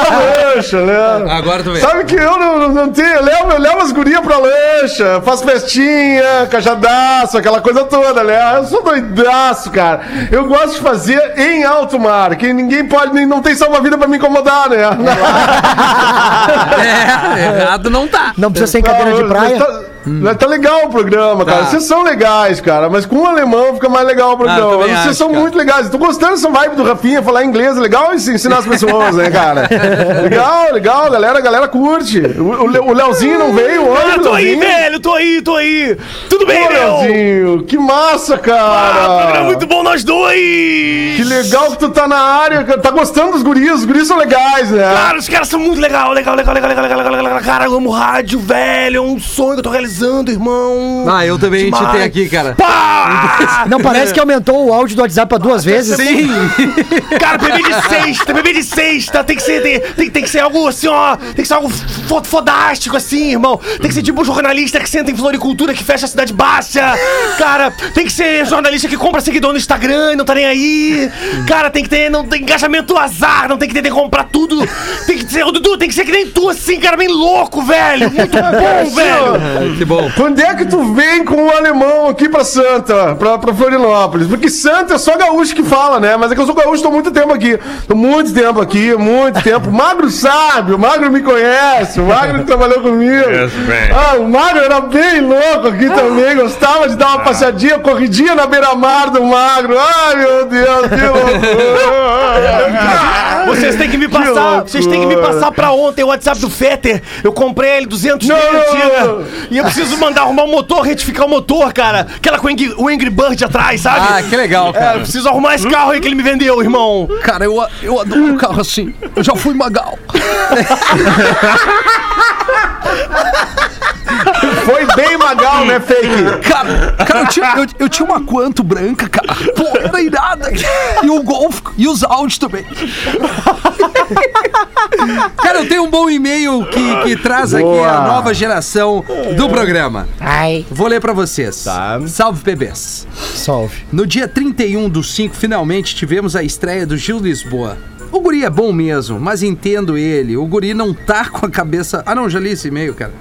lancha, né?
Agora tu vê.
Sabe que eu não, não- não tenho. Eu levo, eu levo as gurias pra lancha, faço festinha, cajadaço, aquela coisa toda, né? Eu sou doidaço, cara. Eu gosto de fazer em alto mar, que ninguém pode, nem- não tem salva-vida pra me incomodar, né?
É, errado não tá.
Não precisa ser em cadeira de
Não, mas
praia.
Tá, mas tá legal o programa, cara.
Tá.
Vocês são legais, cara. Mas com o alemão fica mais legal o
Ah, eu
programa.
também acho,
Vocês são
cara.
muito legais. Tô gostando dessa vibe do Rafinha, falar inglês. É Legal isso, ensinar as pessoas, né, cara? legal, legal, galera. A galera curte. O, o Le- o Leozinho não veio hoje.
Eu tô aí,
Leozinho.
velho, tô aí, tô aí. Tudo bem,
Ô,
Léo?
Leozinho, que massa,
Ah,
cara.
programa muito bom nós dois.
que legal que tu tá na área, cara. Tá gostando dos guris. Os guris são legais, né?
Cara, os caras são muito legal, legal, legal, legal, legal, legal, legal, legal, legal. Cara, eu amo rádio, velho. É um sonho que eu tô realizando, irmão.
Ah, eu também te
Demais.
tenho aqui, cara.
Pá!
Não, parece que aumentou o áudio do WhatsApp pra duas vezes.
Sim,
Cara, bebê de sexta, bebê de sexta, tem que ser, tem, tem, tem que ser algo assim, ó, tem que ser algo fo- fodástico, assim, irmão. Tem que ser tipo um jornalista que senta em floricultura, que fecha a cidade baixa. Cara, tem que ser jornalista que compra seguidor no Instagram, e não tá nem aí. Cara, tem que ter, não tem engajamento azar, não tem que ter, tem que comprar tudo. Tem que ser, ô Dudu, tem que ser que nem tu, assim, cara, bem louco, velho. Muito bom, velho.
que bom.
Quando é que tu vem com o alemão aqui pra Santa, pra, pra Florianópolis? Porque Santa é só gaúcho que fala, né? Mas é que eu sou gaúcho, tô muito tempo aqui. Tô muito tempo aqui, muito tempo. O Magro sabe, o Magro me conhece, o Magro trabalhou comigo.
Yes, man.
Ah, o Magro era bem louco aqui também, gostava de dar uma passadinha, corridinha na beira-mar do Magro. Ah, Ai, meu Deus, que loucura.
Ah, Vocês têm que me passar,
loucura.
vocês têm que me passar pra ontem o WhatsApp do Fetter. Eu comprei ele 200
Não,
mil,
não,
tira.
não.
E eu preciso mandar arrumar o motor, retificar o motor, cara. Aquela com o Angry- o Angry Bird atrás, sabe?
Ah, que legal,
É,
cara.
eu preciso arrumar esse carro aí que ele me vendeu, irmão.
Cara, eu, eu adoro carro assim. Eu já fui magal.
Foi bem magal, né, fake?
Cara, cara eu, tinha, eu, eu tinha uma quanto branca, cara. Pô, era irada. E o Golf e os Audi também. Cara, eu tenho um bom e-mail que, que traz aqui a nova geração
É.
do programa.
Ai.
Vou ler pra vocês.
Tá.
Salve, bebês.
Salve.
No dia 31 do 5, finalmente tivemos a estreia do Gil Lisboa. O guri é bom mesmo, mas entendo ele. O guri não tá com a cabeça. Ah, não, já li esse e-mail, cara.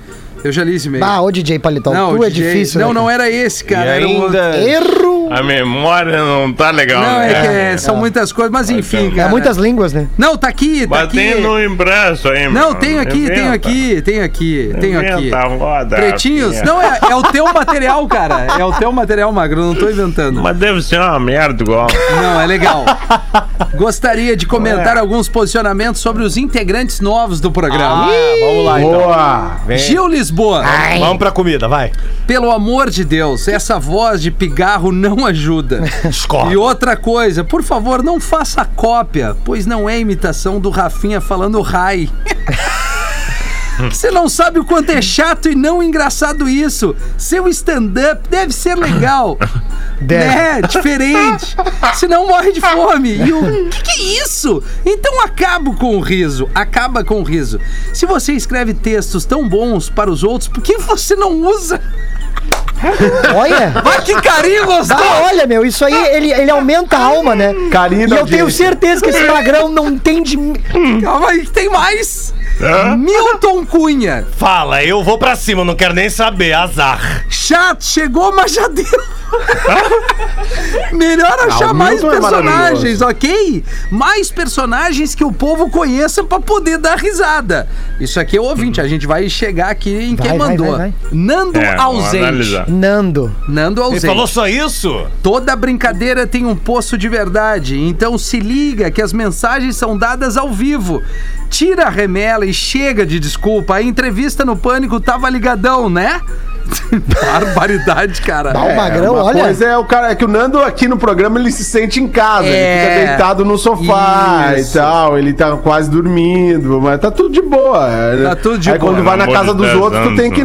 Eu já li esse e-mail.
Ah, ô DJ Palitão,
não,
tu
o
é
DJ
difícil.
Não,
né,
não era esse, cara.
e
era um outro.
ainda...
cara? Erro!
A memória não tá legal,
Não, é que
né?
é- são muitas coisas, mas enfim,
É
cara.
muitas línguas, né?
Não, tá aqui, tá
Mas
aqui.
tem no impresso aí,
Não,
mano.
tenho aqui,
Inventa.
tenho aqui, tenho aqui, tenho aqui.
Inventa a roda, assim,
Pretinhos?
Rafinha.
Não, é, é o teu material, cara. É o teu material, Magro, eu não tô inventando.
Mas deve ser uma merda igual.
Não, é legal. Gostaria de comentar alguns posicionamentos sobre os integrantes novos do programa.
Ah, vamos lá, então.
Boa!
Vem.
Gil Lisboa,
Vamos pra comida, vai.
pelo amor de Deus, essa voz de pigarro não ajuda.
Escorre.
E outra coisa, por favor, não faça cópia, pois não é imitação do Rafinha falando rai. Você não sabe o quanto é chato e não engraçado isso. Seu stand-up deve ser legal. Né? Diferente. Senão morre de fome. E o que, que é isso? Então acabo com o riso. Acaba com o riso. Se você escreve textos tão bons para os outros, por que você não usa?
Olha!
Vai que carinho gostoso!
Ah, olha, meu, isso aí ele, ele aumenta a alma, né?
Carinho
E
da
eu tenho
audiência.
certeza que esse magrão não tem de.
Calma aí, que tem mais!
Hã?
Milton Cunha!
Fala, eu vou pra cima, não quero nem saber, azar.
Chato, chegou, mas já deu! Melhor achar
o
mais
Milton é
personagens, ok? Mais personagens que o povo conheça pra poder dar risada. Isso aqui é o ouvinte, a gente vai chegar aqui em
Vai,
quem
vai,
mandou.
vai, vai.
Nando
É, vamos
ausente.
analisar.
Nando.
Nando
Ele
ausente.
falou só isso?
Toda brincadeira tem um poço de verdade, então se liga que as mensagens são dadas ao vivo. Tira a remela e chega de desculpa. A entrevista no Pânico tava ligadão, né? Barbaridade, cara.
Dá Ah, o magrão,
É, Uma
olha.
coisa é o cara, é que o Nando aqui no programa ele se sente em casa, ele
É.
fica deitado no sofá
Isso.
e tal, ele tá quase dormindo, mas tá tudo de boa.
Tá tudo de
Aí
boa.
quando vai na
Pelo amor
casa
de
dos
Deus,
outros, tu tem
Nando.
que,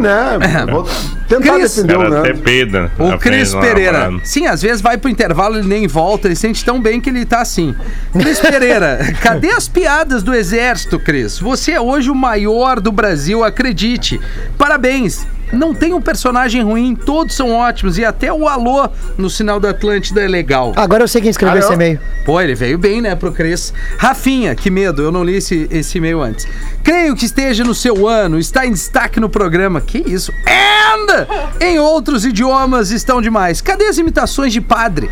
né? vou Tentar
Cris.
defender o
Cara, até
Nando.
peida.
O Cris Pereira. Sim, às vezes vai pro intervalo ele nem volta, ele sente tão bem que ele tá assim. Cris Pereira, cadê as piadas do exército, Cris? Você é hoje o maior do Brasil, acredite. Parabéns. Não tem um personagem ruim, todos são ótimos e até o alô no sinal da Atlântida é legal.
Agora eu sei quem escreveu
Ah,
Alô?
esse e-mail.
Pô, ele veio bem, né, pro Cris. Rafinha, que medo, eu não li esse, esse e-mail antes. Creio que esteja no seu ano, está em destaque no programa. Que isso? And! Em outros idiomas estão demais. Cadê as imitações de padre?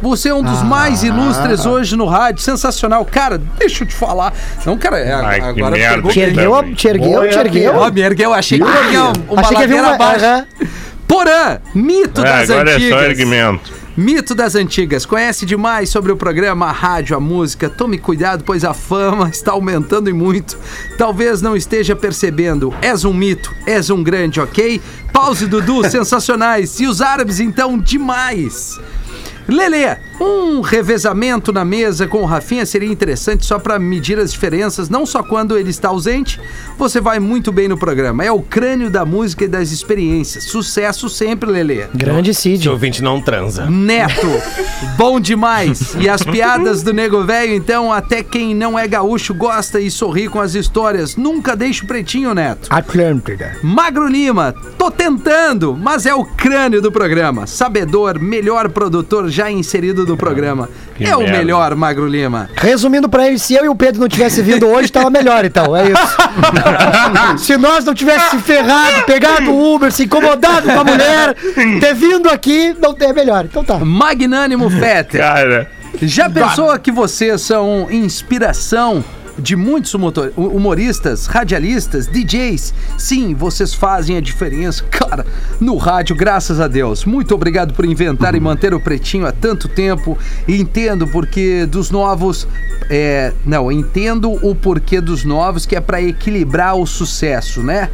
Você é um dos
Ah.
mais ilustres hoje no rádio, sensacional. Cara, deixa eu te falar. Não, cara, é,
Ai, que
agora
merda.
pegou.
Te ergueu, a-
Também.
te ergueu,
Boa,
te ergueu.
Ó, merda, eu achei que havia uma
Achei que
ladeira
havia uma-
abaixo.
aham.
Porã, mito
É,
das
agora é
antigas.
só erguimento.
Mito das Antigas. Conhece demais sobre o programa, a rádio, a música. Tome cuidado, pois a fama está aumentando e muito. Talvez não esteja percebendo. És um mito, és um grande, ok? Pause, Dudu, sensacionais. E os árabes, então, demais. Lele, um revezamento na mesa com o Rafinha seria interessante só para medir as diferenças, não só quando ele está ausente. Você vai muito bem no programa. É o crânio da música e das experiências. Sucesso sempre, Lele.
Grande Cid.
Esse ouvinte não transa.
Neto, bom demais. E as piadas do nego velho, então, até quem não é gaúcho gosta e sorri com as histórias. Nunca deixe o pretinho, Neto.
Atlântida.
Magro Lima, tô tentando, mas é o crânio do programa. Sabedor, melhor produtor já inserido do programa.
Que
é o
merda.
melhor, Magro Lima.
Resumindo pra ele, se eu e o Pedro não tivesse vindo hoje, tava melhor então, é isso. se nós não tivesse se ferrado, pegado o Uber, se incomodado com a mulher, ter vindo aqui, não é melhor. Então tá.
Magnânimo Fetter.
Cara,
Já pensou que vocês são inspiração de muitos humoto- humoristas, radialistas, DJs? Sim, vocês fazem a diferença, cara, no rádio, graças a Deus. Muito obrigado por inventar e manter o pretinho há tanto tempo. Entendo porque dos novos. é, não, entendo o porquê dos novos, que é pra equilibrar o sucesso, né?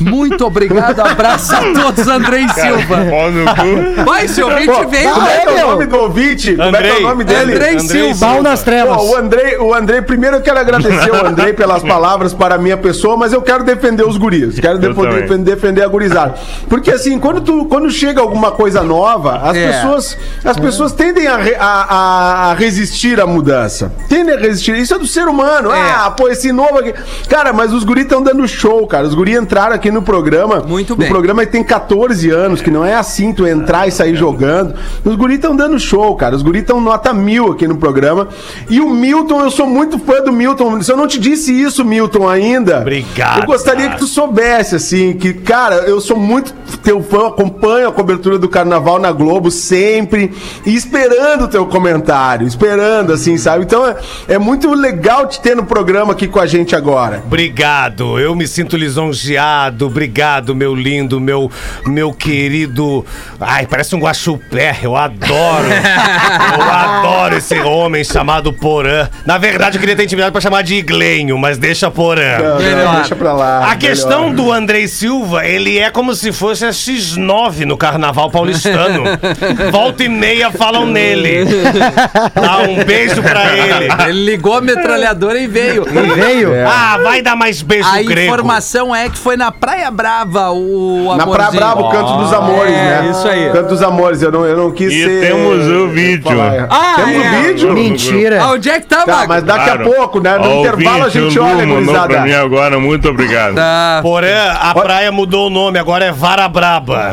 Muito obrigado, abraço a todos, Andrei Silva.
pau no cu.
Vai, seu
Pô,
ouvinte veio,
como é que é
meu?
o nome do ouvinte? Como é que é o nome dele?
Andrei Silva.
Pau nas trevas.
Pô, o Andrei, o Andrei, primeiro eu quero agradecer o Andrei pelas palavras para a minha pessoa, mas eu quero defender os guris. Quero
Eu
defender,
também.
defender- defender a gurizada. Porque assim, quando, tu, quando chega alguma coisa nova, as
É.
pessoas as pessoas tendem a, re- a- a- a resistir à mudança. Tendem a resistir. Isso é do ser humano.
É.
Ah, pô, esse novo aqui. Cara, mas os guris estão dando show, cara. Os guris entraram aqui no programa.
Muito
No
bem.
programa programa que tem 14 anos, que não é assim tu entrar e
É.
sair jogando. Os guris estão dando show, cara. Os guris estão nota mil aqui no programa. E o Milton, eu sou muito fã do Milton, se eu não te disse isso, Milton, ainda.
Obrigado,
Eu gostaria
cara.
que tu soubesse, assim, que, cara, eu sou muito teu fã, acompanho a cobertura do carnaval na Globo sempre. E esperando o teu comentário, esperando, assim, sabe? Então é, é muito legal te ter no programa aqui com a gente agora.
Obrigado, eu me sinto lisonjeado. Obrigado, meu lindo, meu meu querido. Ai, parece um guaxupé, eu adoro. eu adoro esse homem chamado Porã. Na verdade, eu queria ter intimidade pra chamar de Iglenho, mas deixa Porã.
Melhor.
deixa pra lá.
A
melhor.
questão do Andrei Silva, ele é como se fosse a X9 no carnaval paulistano. Volta e meia falam nele. Dá um beijo pra ele.
Ele ligou a metralhadora e veio.
Hum,
Veio?
É.
Ah, vai dar mais beijo
A
grego.
informação é que foi na Praia Brava o
Na Praia
amorzinho.
Brava, o Canto dos Amores,
é,
né?
isso aí.
Canto dos Amores, eu não, eu não quis
E
ser.
temos o vídeo.
falar.
Ah,
temos o
é.
vídeo?
Mentira.
Ah, onde é que tá,
Tá,
Magro?
mas daqui
Claro.
a pouco, né? No
Ó,
intervalo a
ouvinte,
gente
o Lu
olha,
mandou pra
gurizada.
mim agora, muito obrigado.
Tá.
Porã, a praia mudou o nome, agora é Vara Braba.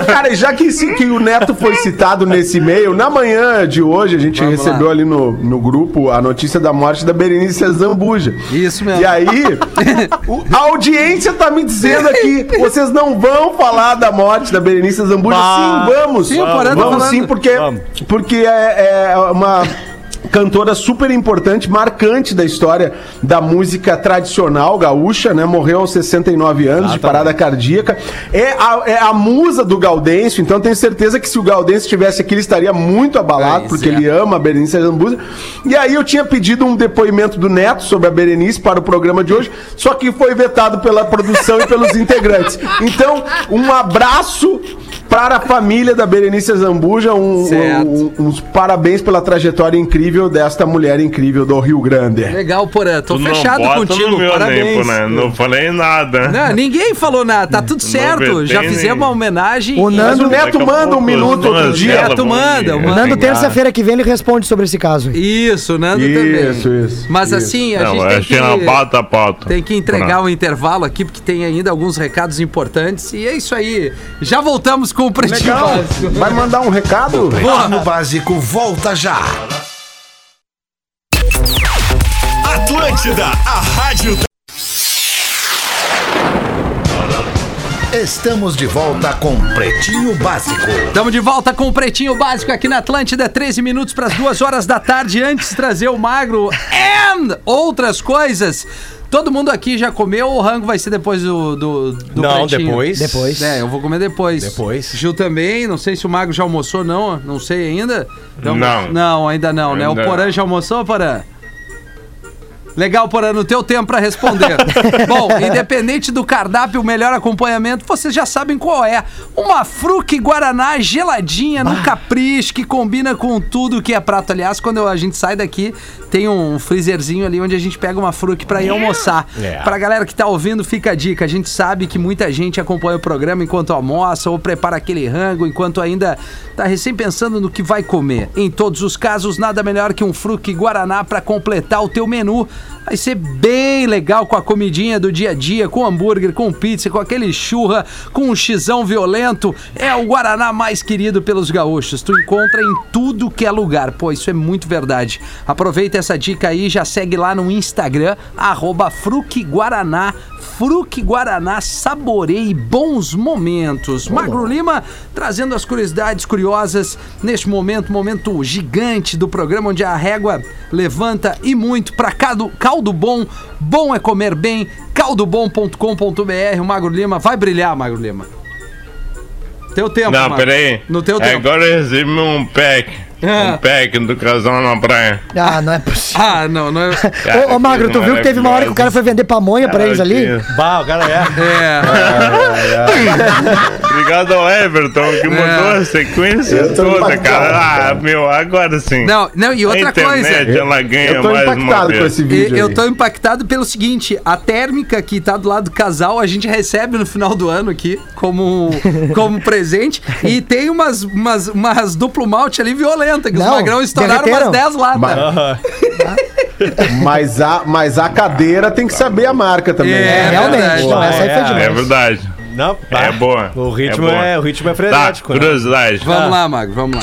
Ô, cara, já que, esse- que o Neto foi citado nesse e-mail, na manhã de hoje a gente recebeu ali no, no grupo a notícia da morte da Berenice Zambuja.
Isso mesmo.
E aí, o- a audiência tá me dizendo aqui, vocês não vão falar da morte da Berenice Zambuja?
Bah.
Sim, vamos.
Sim, o Porã tá
vamos
falando.
sim, porque,
Vamos.
porque é, é uma... Cantora super importante, marcante da história da música tradicional gaúcha, né? Morreu aos 69 anos de parada cardíaca. É a, é a musa do Gaudêncio, então tenho certeza que se o Gaudêncio estivesse aqui, ele estaria muito abalado,
Pois
porque
é.
ele ama a Berenice Zambuza. E aí eu tinha pedido um depoimento do Neto sobre a Berenice para o programa de hoje, só que foi vetado pela produção e pelos integrantes. Então, um abraço para a família da Berenice Zambuja, um-
Certo.
um- uns parabéns pela trajetória incrível desta mulher incrível do Rio Grande.
Legal, Porã. Tô
Tu não
fechado
bota
contigo.
no meu
Parabéns.
tempo, né? Não falei nada.
Não, ninguém falou nada. Tá tudo certo.
vetei
Já
nem-
fizemos uma homenagem.
O
e-
Nando-
Mas o Neto manda um minuto outro dia.
Neto manda,
O
manda.
Nando, terça-feira que vem, ele responde sobre esse caso. aí.
Isso, o Nando também.
Isso, isso,
Mas
isso.
assim, a
Não,
gente tem que...
achei uma bata a pauta.
Tem que entregar um intervalo aqui, porque tem ainda alguns recados importantes. E é isso aí. Já voltamos com o Pretinho
Legal.
Básico.
Vai mandar um recado?
Boa.
Básico volta já. Atlântida, a rádio. Estamos de volta com Pretinho Básico.
Estamos de volta com o Pretinho Básico aqui na Atlântida, 13 minutos para as 2 horas da tarde. Antes de trazer o magro and outras coisas. Todo mundo aqui já comeu ou o rango vai ser depois do, do, do
Não,
Pretinho?
depois.
Depois.
É, eu vou comer depois.
Depois.
Gil também, não sei se o Magro já almoçou não, não sei ainda. Então,
Não.
Não, ainda não, né? O
Ainda
Porã
não.
já almoçou, Porã? Legal, Porã, no teu tempo pra responder. Bom, independente do cardápio, o melhor acompanhamento, vocês já sabem qual é. Uma fruque guaraná geladinha no capricho, que combina com tudo que é prato. Aliás, quando a gente sai daqui, tem um freezerzinho ali onde a gente pega uma fruque pra ir almoçar.
É.
Pra galera que tá ouvindo, fica a dica. A gente sabe que muita gente acompanha o programa enquanto almoça ou prepara aquele rango enquanto ainda tá recém pensando no que vai comer. Em todos os casos, nada melhor que um fruque guaraná pra completar o teu menu. Vai ser bem legal com a comidinha do dia a dia, com hambúrguer, com pizza, com aquele churra, com um xizão violento. É o guaraná mais querido pelos gaúchos. Tu encontra em tudo que é lugar. Pô, isso é muito verdade. Aproveita essa dica aí, já segue lá no Instagram, arroba Fruque Guaraná. Fruque Guaraná, saborei bons momentos. Magro Lima trazendo as curiosidades curiosas neste momento, momento gigante do programa onde a régua levanta e muito para caldo, caldo bom. Bom é comer bem. caldobom.com.br. O Magro Lima vai brilhar, Magro Lima. Teu tempo,
Não,
Magro.
peraí.
No teu tempo.
Agora É eu recebi um pack.
Ah.
Um pack do casal na praia.
Ah, não é possível.
Ah, não, não é.
Cara,
Ô, ô, Magro, tu
coisa
viu que teve uma hora que o cara foi vender pamonha
Ah,
pra eles ali?
maravilhosa.
Bah, o cara é.
É.
Obrigado ao Everton que mudou
É.
a sequência
Eu tô
toda,
impactado,
cara. Ah, meu, agora sim.
Não, não, e outra
a internet,
coisa.
ela ganha
Eu tô
mais uma
impactado
vez.
com esse
E-
vídeo.
Eu
aí.
tô impactado pelo seguinte: a térmica que tá do lado do casal, a gente recebe no final do ano aqui como, um, como presente. E tem umas, umas, umas duplo malte ali violenta, que os
Não,
magrão estouraram
derreteram.
umas 10 latas.
Mas a, mas a cadeira tem que saber a marca também.
É,
né?
Realmente,
verdade.
não, essa aí foi
É,
demais.
É verdade.
Não, bah.
É boa.
O ritmo
boa.
é, o ritmo é
Tá,
frenético. né?
curiosidade.
Vamos lá, Magro, vamos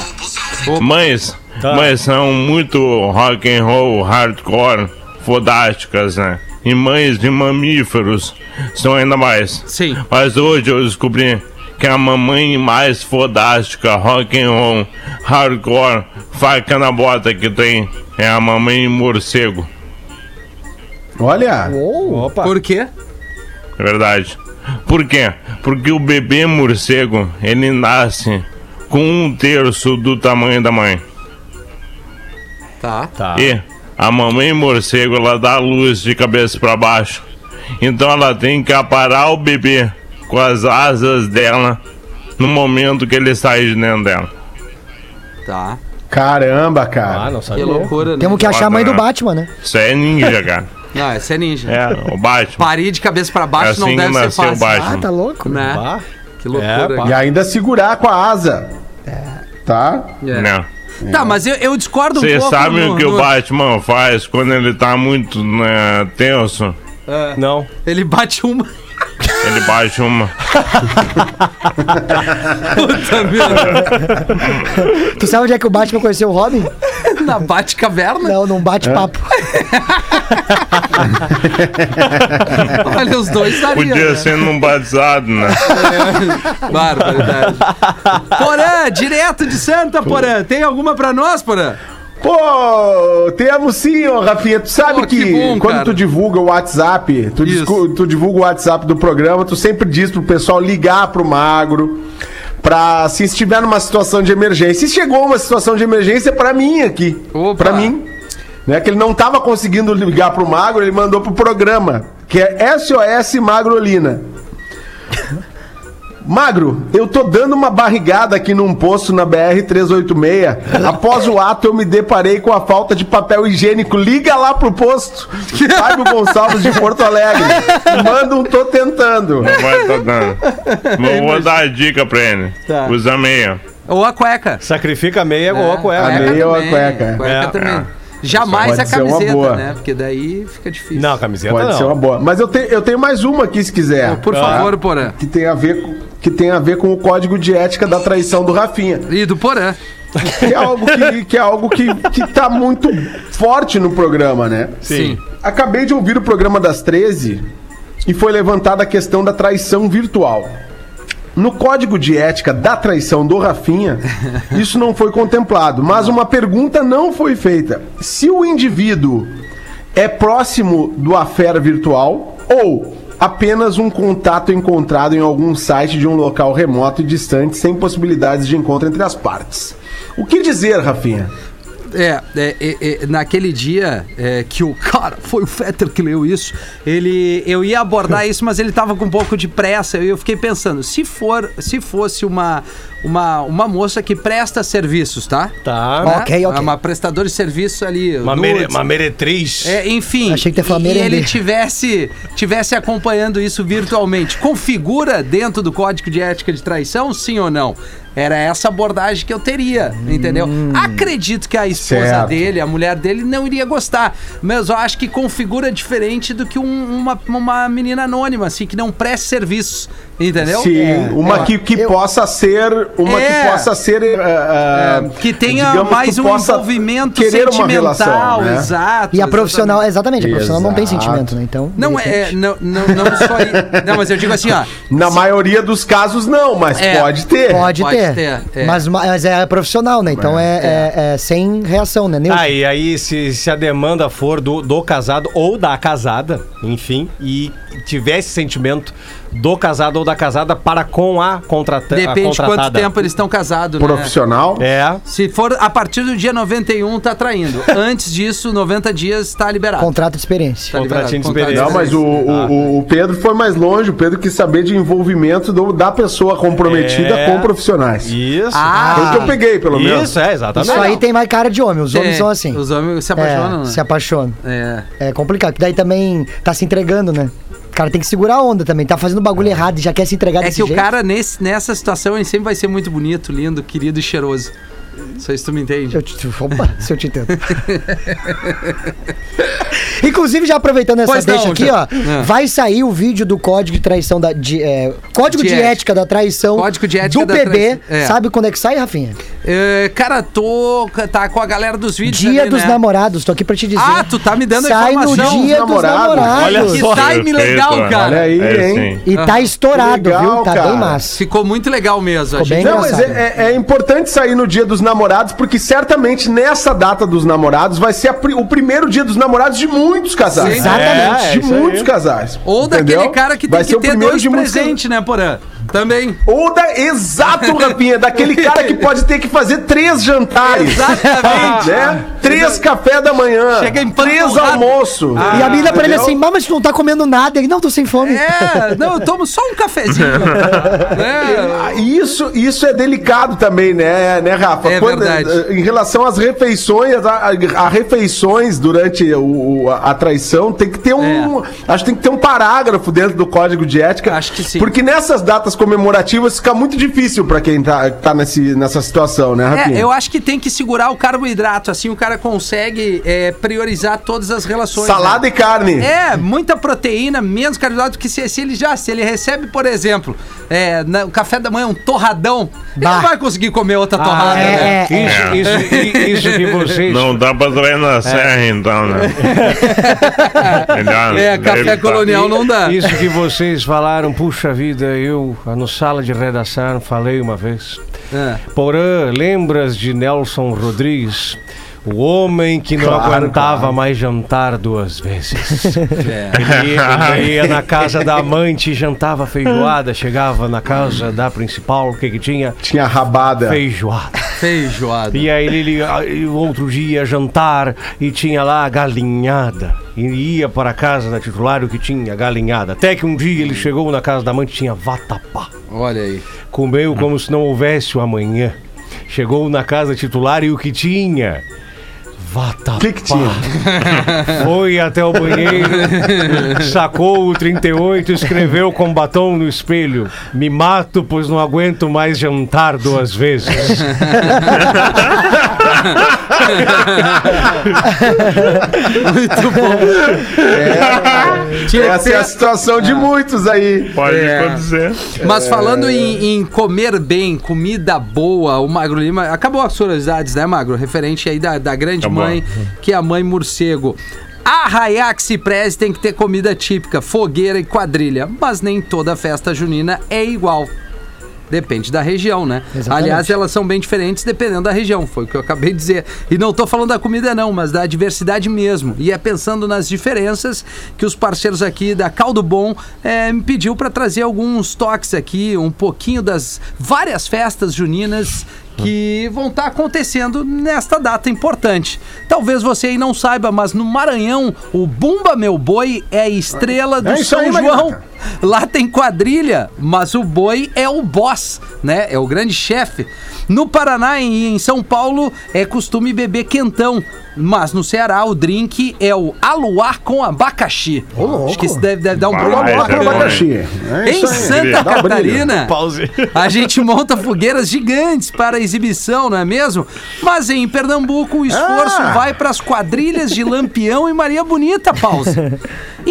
lá.
Mães, mas são muito rock and roll, hardcore, fodásticas, né? E mães de mamíferos são ainda mais.
Sim.
Mas hoje eu descobri que a mamãe mais fodástica, rock and roll, hardcore, faca na bota que tem é a mamãe morcego.
Olha,
Por quê?
É verdade. Por quê? Porque o bebê morcego, ele nasce com um terço do tamanho da mãe.
Tá. tá.
E a mamãe morcego, ela dá a luz de cabeça para baixo. Então ela tem que aparar o bebê com as asas dela no momento que ele sai de dentro dela.
caramba, cara.
Ah,
Tá.
não
Que
sabia.
loucura, né?
Temos que achar a mãe do Batman, né?
Isso é ninja, cara.
Não, essa é ninja.
É, o Batman.
Parir de cabeça pra baixo
É assim
não
que
deve ser
nasceu
fácil.
o Batman.
Ah, tá louco?
Né?
Ah,
Que loucura. né?
É, pá.
E ainda segurar com a asa. Tá?
É.
Não.
Tá, mas eu, eu discordo um
né? Vocês
pouco.
sabem
no-
o que o
no-
Batman faz quando ele tá muito né, tenso?
Não.
Ele bate uma.
Ele baixa uma.
Puta merda.
Tu sabe onde é que o Batman conheceu o Robin?
Na bate-caverna.
Não, num bate-papo.
É. Olha, os dois sabiam.
Podia
né?
ser num batizado, né?
Barbaridade. Porã, direto de Santa, Porã. Tem alguma pra nós, Porã?
Pô, temos sim, ô Rafinha. Tu sabe
Pô,
que,
que bom,
quando
cara.
tu divulga o WhatsApp, tu,
Isso.
discu- tu divulga o WhatsApp do programa, tu sempre diz pro pessoal ligar pro magro. Pra assim, se estiver numa situação de emergência. E chegou uma situação de emergência é pra mim aqui.
Opa.
Pra mim. Né, que ele não tava conseguindo ligar pro magro, ele mandou pro programa. Que é SOS Magrolina. Magro, eu tô dando uma barrigada aqui num posto na BR-386. Após o ato, eu me deparei com a falta de papel higiênico. Liga lá pro posto. Fábio Gonçalves de Porto Alegre. Manda um tô tentando.
Vai, tá dando. Vou, vou dar a dica pra ele.
Tá.
Usa meia.
Ou a cueca?
Sacrifica a meia é
É.
ou a
A
cueca.
meia. ou a
também,
cueca?
É.
também. Jamais
Pode
a
ser uma
camiseta,
boa.
né? Porque daí fica difícil.
Não, camiseta
Pode
não.
ser uma boa. Mas eu, te- eu tenho mais uma aqui se quiser.
Por
é
tá?
favor, Porã.
Que tem, a ver com, que tem a ver com o código de ética da traição do Rafinha.
E do Porã.
Que é algo que, que, é algo que, que tá muito forte no programa, né?
Sim.
Acabei de ouvir o programa das 13 e foi levantada a questão da traição virtual. No código de ética da traição do Rafinha, isso não foi contemplado, mas uma pergunta não foi feita. Se o indivíduo é próximo do affair virtual ou apenas um contato encontrado em algum site de um local remoto e distante sem possibilidades de encontro entre as partes. O que dizer, Rafinha?
É, é, é, é, naquele dia é, que o cara, foi o Fetter que leu isso, ele, eu ia abordar isso, mas ele tava com um pouco de pressa, e eu fiquei pensando, se for, se fosse uma, uma, uma moça que presta serviços, tá?
Tá.
Né?
Ok, ok.
Uma prestadora de serviço ali.
Uma,
nudes.
mere, uma meretriz.
É, enfim,
Achei que tu ia falar
e
merender.
ele tivesse, tivesse acompanhando isso virtualmente, configura dentro do código de ética de traição, sim ou não? Era essa abordagem que eu teria, entendeu? Acredito que a esposa
Certo.
dele, a mulher dele, não iria gostar. Mas eu acho que configura diferente do que um- uma, uma menina anônima, assim, que não presta serviços, entendeu?
Sim,
É,
uma
eu-
que, que
eu-
possa ser. Uma
É.
que possa ser. eh, ah, ah,
Que tenha
digamos,
mais
tu
um
possa
envolvimento
querer
sentimental,
uma relação, né?
exato.
E a profissional,
exatamente.
exatamente, a profissional não tem
Exato.
sentimento, né? Então. de
Não,
repente-
é, não, não, não só. i- Não, mas eu digo assim, ó.
Na maioria dos casos, não, mas
É.
pode ter.
Pode,
Pode
ter.
ter, é.
Mas, mas é profissional, né? Então é, é- é sem reação, né? Neutro.
Tá, e aí, se, se a demanda for do, do casado ou da casada, enfim, e tiver esse sentimento do casado ou da casada para com a,
Tá,
contrata a
Depende de quanto
contratada.
tempo eles estão casados, né?
Profissional.
É.
Se for a partir do dia 91, tá traindo. Antes disso, 90 dias tá liberado.
Contrato de experiência.
Tá liberado,
Contratinho de
contrato
experiência.
Não, mas o, o- o- o Pedro foi mais longe. O Pedro quis saber de envolvimento do- da pessoa comprometida
É.
com profissionais.
Isso.
Ah,
Foi o que eu peguei, pelo menos.
Isso, é, exatamente.
Isso aí tem mais cara de homem. Os homens
Tá É,
são assim.
Os homens se apaixonam,
É,
né?
se apaixonam.
É.
É complicado. que Daí também tá se entregando, né? O cara tem que segurar a onda também. Tá fazendo bagulho errado e já quer se entregar
É
desse
que o
jeito.
cara, nesse, nessa situação, ele sempre vai ser muito bonito, lindo, querido e cheiroso. Não sei se tu me entende.
Eu te, opa, se eu te entendo. Inclusive, já aproveitando essa
Pois não,
deixa aqui,
já.
ó.
É.
Vai sair o vídeo do código de traição da. de, é, código
De
de,
ética.
ética da traição
Código de ética
do
da
PB.
traição, é.
Sabe quando é que sai, Rafinha?
É, cara, tô. Tá com a galera dos vídeos.
Dia
ali,
dos
né?
namorados, tô aqui pra te dizer.
Ah, tu tá me dando a
Sai no
informação.
dia dos namorados.
namorados. Olha
Que
só.
time
Perfeito,
legal, cara.
Olha aí,
É,
hein?
sim.
E
Ah.
tá estourado,
Legal,
viu? Tá
cara.
bem massa.
Ficou muito legal mesmo. a
Ficou bem
Não, mas
engraçado.
é, é- é importante sair no dia dos namorados, porque certamente nessa data dos namorados vai ser a pri- o primeiro dia dos namorados de muitos casais.
Sim.
Exatamente.
É, de muitos casais.
Ou daquele
entendeu?
cara que tem
Vai ser
que
o
ter
primeiro
dois
de muitos
presentes, né, Porã? Também.
Ou da. Exato, Rafinha, daquele cara que pode ter que fazer três jantares.
Exatamente.
Né? Três café da manhã.
Chega em Ah. pano
três
torrado.
almoço.
E a mina pra ele
entendeu?
assim, "Mas, mas tu não tá comendo nada. Ele, não, tô sem fome.
É, não, eu tomo só um cafezinho. né?
Ah, Isso, isso é delicado também, né, né Rafa?
É verdade.
eh, Em relação às refeições, a, a- a refeições durante o, o- a, a traição, tem que ter um. Acho que tem que ter um parágrafo dentro do código de ética.
É. Acho que sim.
Porque nessas datas comemorativas fica muito difícil pra quem tá, tá nesse, nessa situação, né, Rafinha?
É, eu acho que tem que segurar o carboidrato, assim o cara consegue é, priorizar todas as relações.
Salada
né?
e carne.
É, muita proteína, menos carboidrato que se, se ele já, se ele recebe, por exemplo, é, na- o café da manhã um torradão, ele
Bah.
não vai conseguir comer outra torrada,
é,
né?
é, é.
Ah, Isso, isso, i- isso que vocês.
Não dá pra trair
É.
na serra, então, né? Melhor,
É,
né?
café
Deve tá-
colonial não dá.
Isso que vocês falaram, puxa vida, eu na sala de redação falei uma vez.
É.
Porã, lembras de Nelson Rodrigues? O homem que não aguentava mais jantar duas vezes.
é,
Ele, ia, ele ia na casa da amante, jantava feijoada, chegava na casa da principal, o que que tinha?
Tinha rabada.
Feijoada.
Feijoada.
E aí ele,
"Ah,
ele outro dia jantar e tinha lá a galinhada. E ia para a casa da titular o que tinha galinhada. Até que um dia ele chegou na casa da amante e tinha vatapá.
Olha aí.
Comeu como se não houvesse o amanhã. Chegou na casa titular e o que tinha? Vatapá.
O que, que tinha?
Foi até o banheiro, sacou o 38, escreveu com batom no espelho: Me mato, pois não aguento mais jantar duas vezes.
Muito bom. É, Tinha que
Essa é a
ter-
situação de muitos aí.
Pode
É.
acontecer.
Mas falando em, em comer bem, comida boa, o Magro Lima. Acabou as curiosidades, né, Magro? Referente aí da, da grande
Acabou.
mãe, que é a mãe morcego. Arraiá que se preze tem que ter comida típica, fogueira e quadrilha. Mas nem toda festa junina é igual. Depende da região, né?
Exatamente.
Aliás, elas são bem diferentes dependendo da região, foi o que eu acabei de dizer. E não tô falando da comida, não, mas da diversidade mesmo. E é pensando nas diferenças que os parceiros aqui da Caldo Bom eh, me pediu para trazer alguns toques aqui, um pouquinho das várias festas juninas que vão estar acontecendo nesta data importante. Talvez você aí não saiba, mas no Maranhão, o Bumba Meu Boi é a estrela do
É isso
São
aí,
João.
Magnata.
Lá tem quadrilha, mas o boi é o boss, né? É o grande chefe. No Paraná e em São Paulo é costume beber quentão, mas no Ceará o drink é o aluá com abacaxi. Acho que isso deve, deve dar um
Vai,
problema.
Vamos lá
isso é
pro
bom,
abacaxi. É
Em
isso aí.
Santa
Dá um brilho.
Catarina, a gente monta fogueiras gigantes para exibição, não é mesmo? Mas em Pernambuco o esforço
Ah!
vai para as quadrilhas de Lampião e Maria Bonita, Pausa.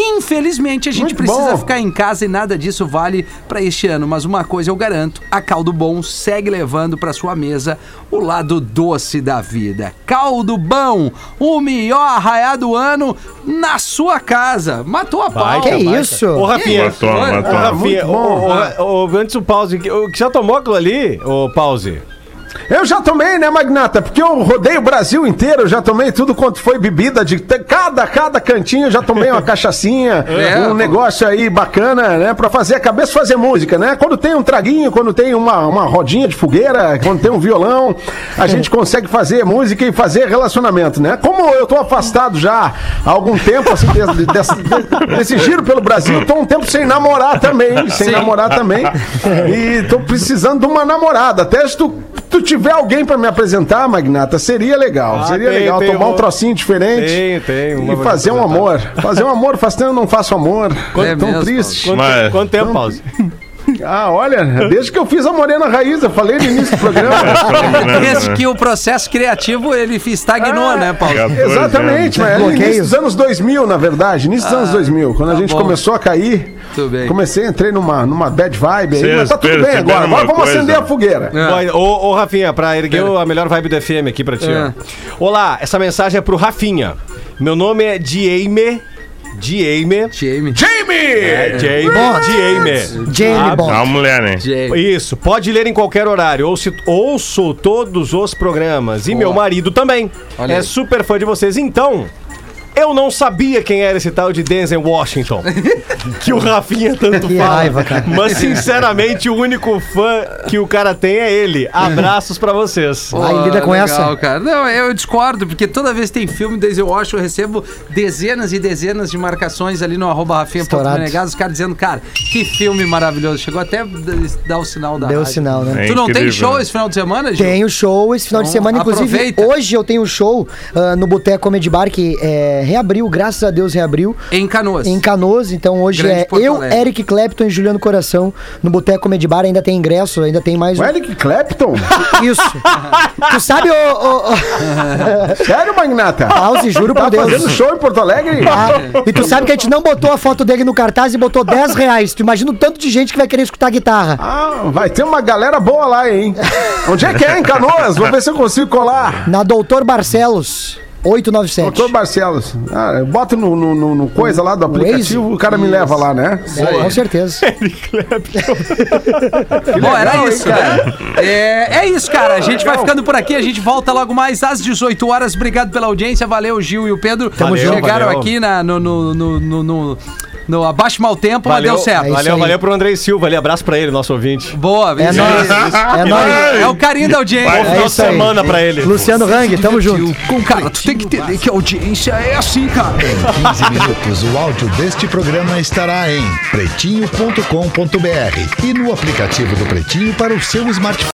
Infelizmente a gente
Muito
precisa
bom.
ficar em casa e nada disso vale para este ano, mas uma coisa eu garanto, a Caldo Bom segue levando para sua mesa o lado doce da vida. Caldo Bom, o melhor arraiá do ano na sua casa. Matou a pau.
é
Que isso? né?
Ô, Rafinha,
Matou,
Olha,
ô,
matou.
Rafinha, ô, ô, ô, ô, antes o pause, que- ô, que já tomou aquilo ali, ô pause?
Eu já tomei, né, Magnata? Porque eu rodei o Brasil inteiro, eu já tomei tudo quanto foi bebida de t- cada, cada cantinho, eu já tomei uma cachaçinha,
É,
um
pô.
negócio aí bacana, né? Pra fazer a cabeça fazer música, né? Quando tem um traguinho, quando tem uma, uma rodinha de fogueira, quando tem um violão, a gente consegue fazer música e fazer relacionamento, né? Como eu tô afastado já há algum tempo, assim, des- desse, desse giro pelo Brasil, eu tô um tempo sem namorar também, sem namorar também. E tô precisando de uma namorada. Até se tu, tu tiver alguém pra me apresentar, Magnata, seria legal.
Ah,
seria
tem,
legal
tem
tomar
um-
um trocinho diferente.
Tem, tem, uma
E
pra
fazer um
apresentar.
amor. Fazer um amor, faz tempo eu não faço amor.
É
tão
mesmo,
triste.
Quanto,
Mas-
quanto tempo, pause?
Ah, olha, desde que eu fiz a Morena Raiz, eu falei no início do
É,
programa.
né? Desde
né?
que o processo criativo ele estagnou,
Ah.
né, Paulo?
Exatamente, mas era
Bloqueios.
início dos anos 2000, na verdade, início dos anos 2000, quando a gente
Ah, tá bom.
começou a cair.
Tudo bem.
Comecei, entrei numa, numa bad vibe aí,
Vocês
mas tá tudo bem
perceberam
agora.
uma
Agora vamos
coisa?
acender a fogueira.
É.
Boy, Ô, ô, Rafinha, pra erguer
É.
o- a melhor vibe do FM aqui pra ti,
É.
ó. Olá, essa mensagem é pro Rafinha. Meu nome é Dieme. Dieme.
Jamie.
É, Dieme. Dieme.
Ah,
Jamie Bond.
A mulher, né?
Jamie.
Isso, pode ler em qualquer horário. Ouço, ouço todos os programas. E meu marido também.
Olha
é
aí.
super fã de vocês. Então. Eu não sabia quem era esse tal de Denzel Washington. que o Rafinha tanto
Que
fala.
raiva, cara.
Mas, sinceramente, o único fã que o cara tem é ele. Abraços pra vocês.
Aí lida com essa.
Cara. Não, eu discordo, porque toda vez que tem filme Denzel Washington, eu recebo dezenas e dezenas de marcações ali no arroba rafinha.menegas, os caras dizendo, cara, que filme maravilhoso. Chegou até a dar o sinal da
Deu o
rádio.
sinal, né?
É
Tu não tem
incrível,
show
né?
esse final de semana, Gil?
Tenho show esse final de
Então,
semana, inclusive
aproveita.
hoje eu tenho um show ah, no Boteco Comedy Bar que é, reabriu, graças a Deus reabriu.
Em Canoas.
Em Canoas, então hoje
Grande
é
Porto
eu,
Alegre.
Eric Clapton e Juliano Coração no Boteco Comedy Bar. Ainda tem ingresso, ainda tem mais
O
um.
Eric Clapton?
Isso. tu sabe, ô. ô, ô,
Sério, Magnata?
Pause, juro
Tá
por Deus.
fazendo show em Porto Alegre?
Ah,
É.
e tu sabe que a gente não botou a foto dele no cartaz e botou 10 reais. Tu imagina o tanto de gente que vai querer escutar guitarra.
Ah, vai ter uma galera boa lá, hein? Onde é que é, em Canoas? Vou ver se eu consigo colar.
Na Doutor Barcelos, 897.
Doutor Barcelos. Ah, eu boto no, no- no- no coisa lá do aplicativo,
Waze?
o cara me leva lá, né?
É, com certeza.
Bom, era isso, né? É, é isso, cara. A gente vai ficando por aqui. A gente volta logo mais às 18 horas. Obrigado pela audiência. Valeu, Gil e o Pedro.
Tamo
Chegaram
junto, valeu.
aqui na, no, no, no, no, no- no Abaixo Mal Tempo,
Valeu,
mas deu certo.
É isso
valeu,
aí.
valeu pro Andrei Silva ali. Abraço pra ele, nosso ouvinte.
Boa,
É
isso.
nóis. É nóis.
É o carinho da audiência.
Final de
isso aí.
semana pra ele.
Luciano Rang, tamo junto.
Com cara, tu tem que entender que a audiência é assim, cara.
Em 15 minutos, o áudio deste programa estará em pretinho.com.br e no aplicativo do Pretinho para o seu smartphone.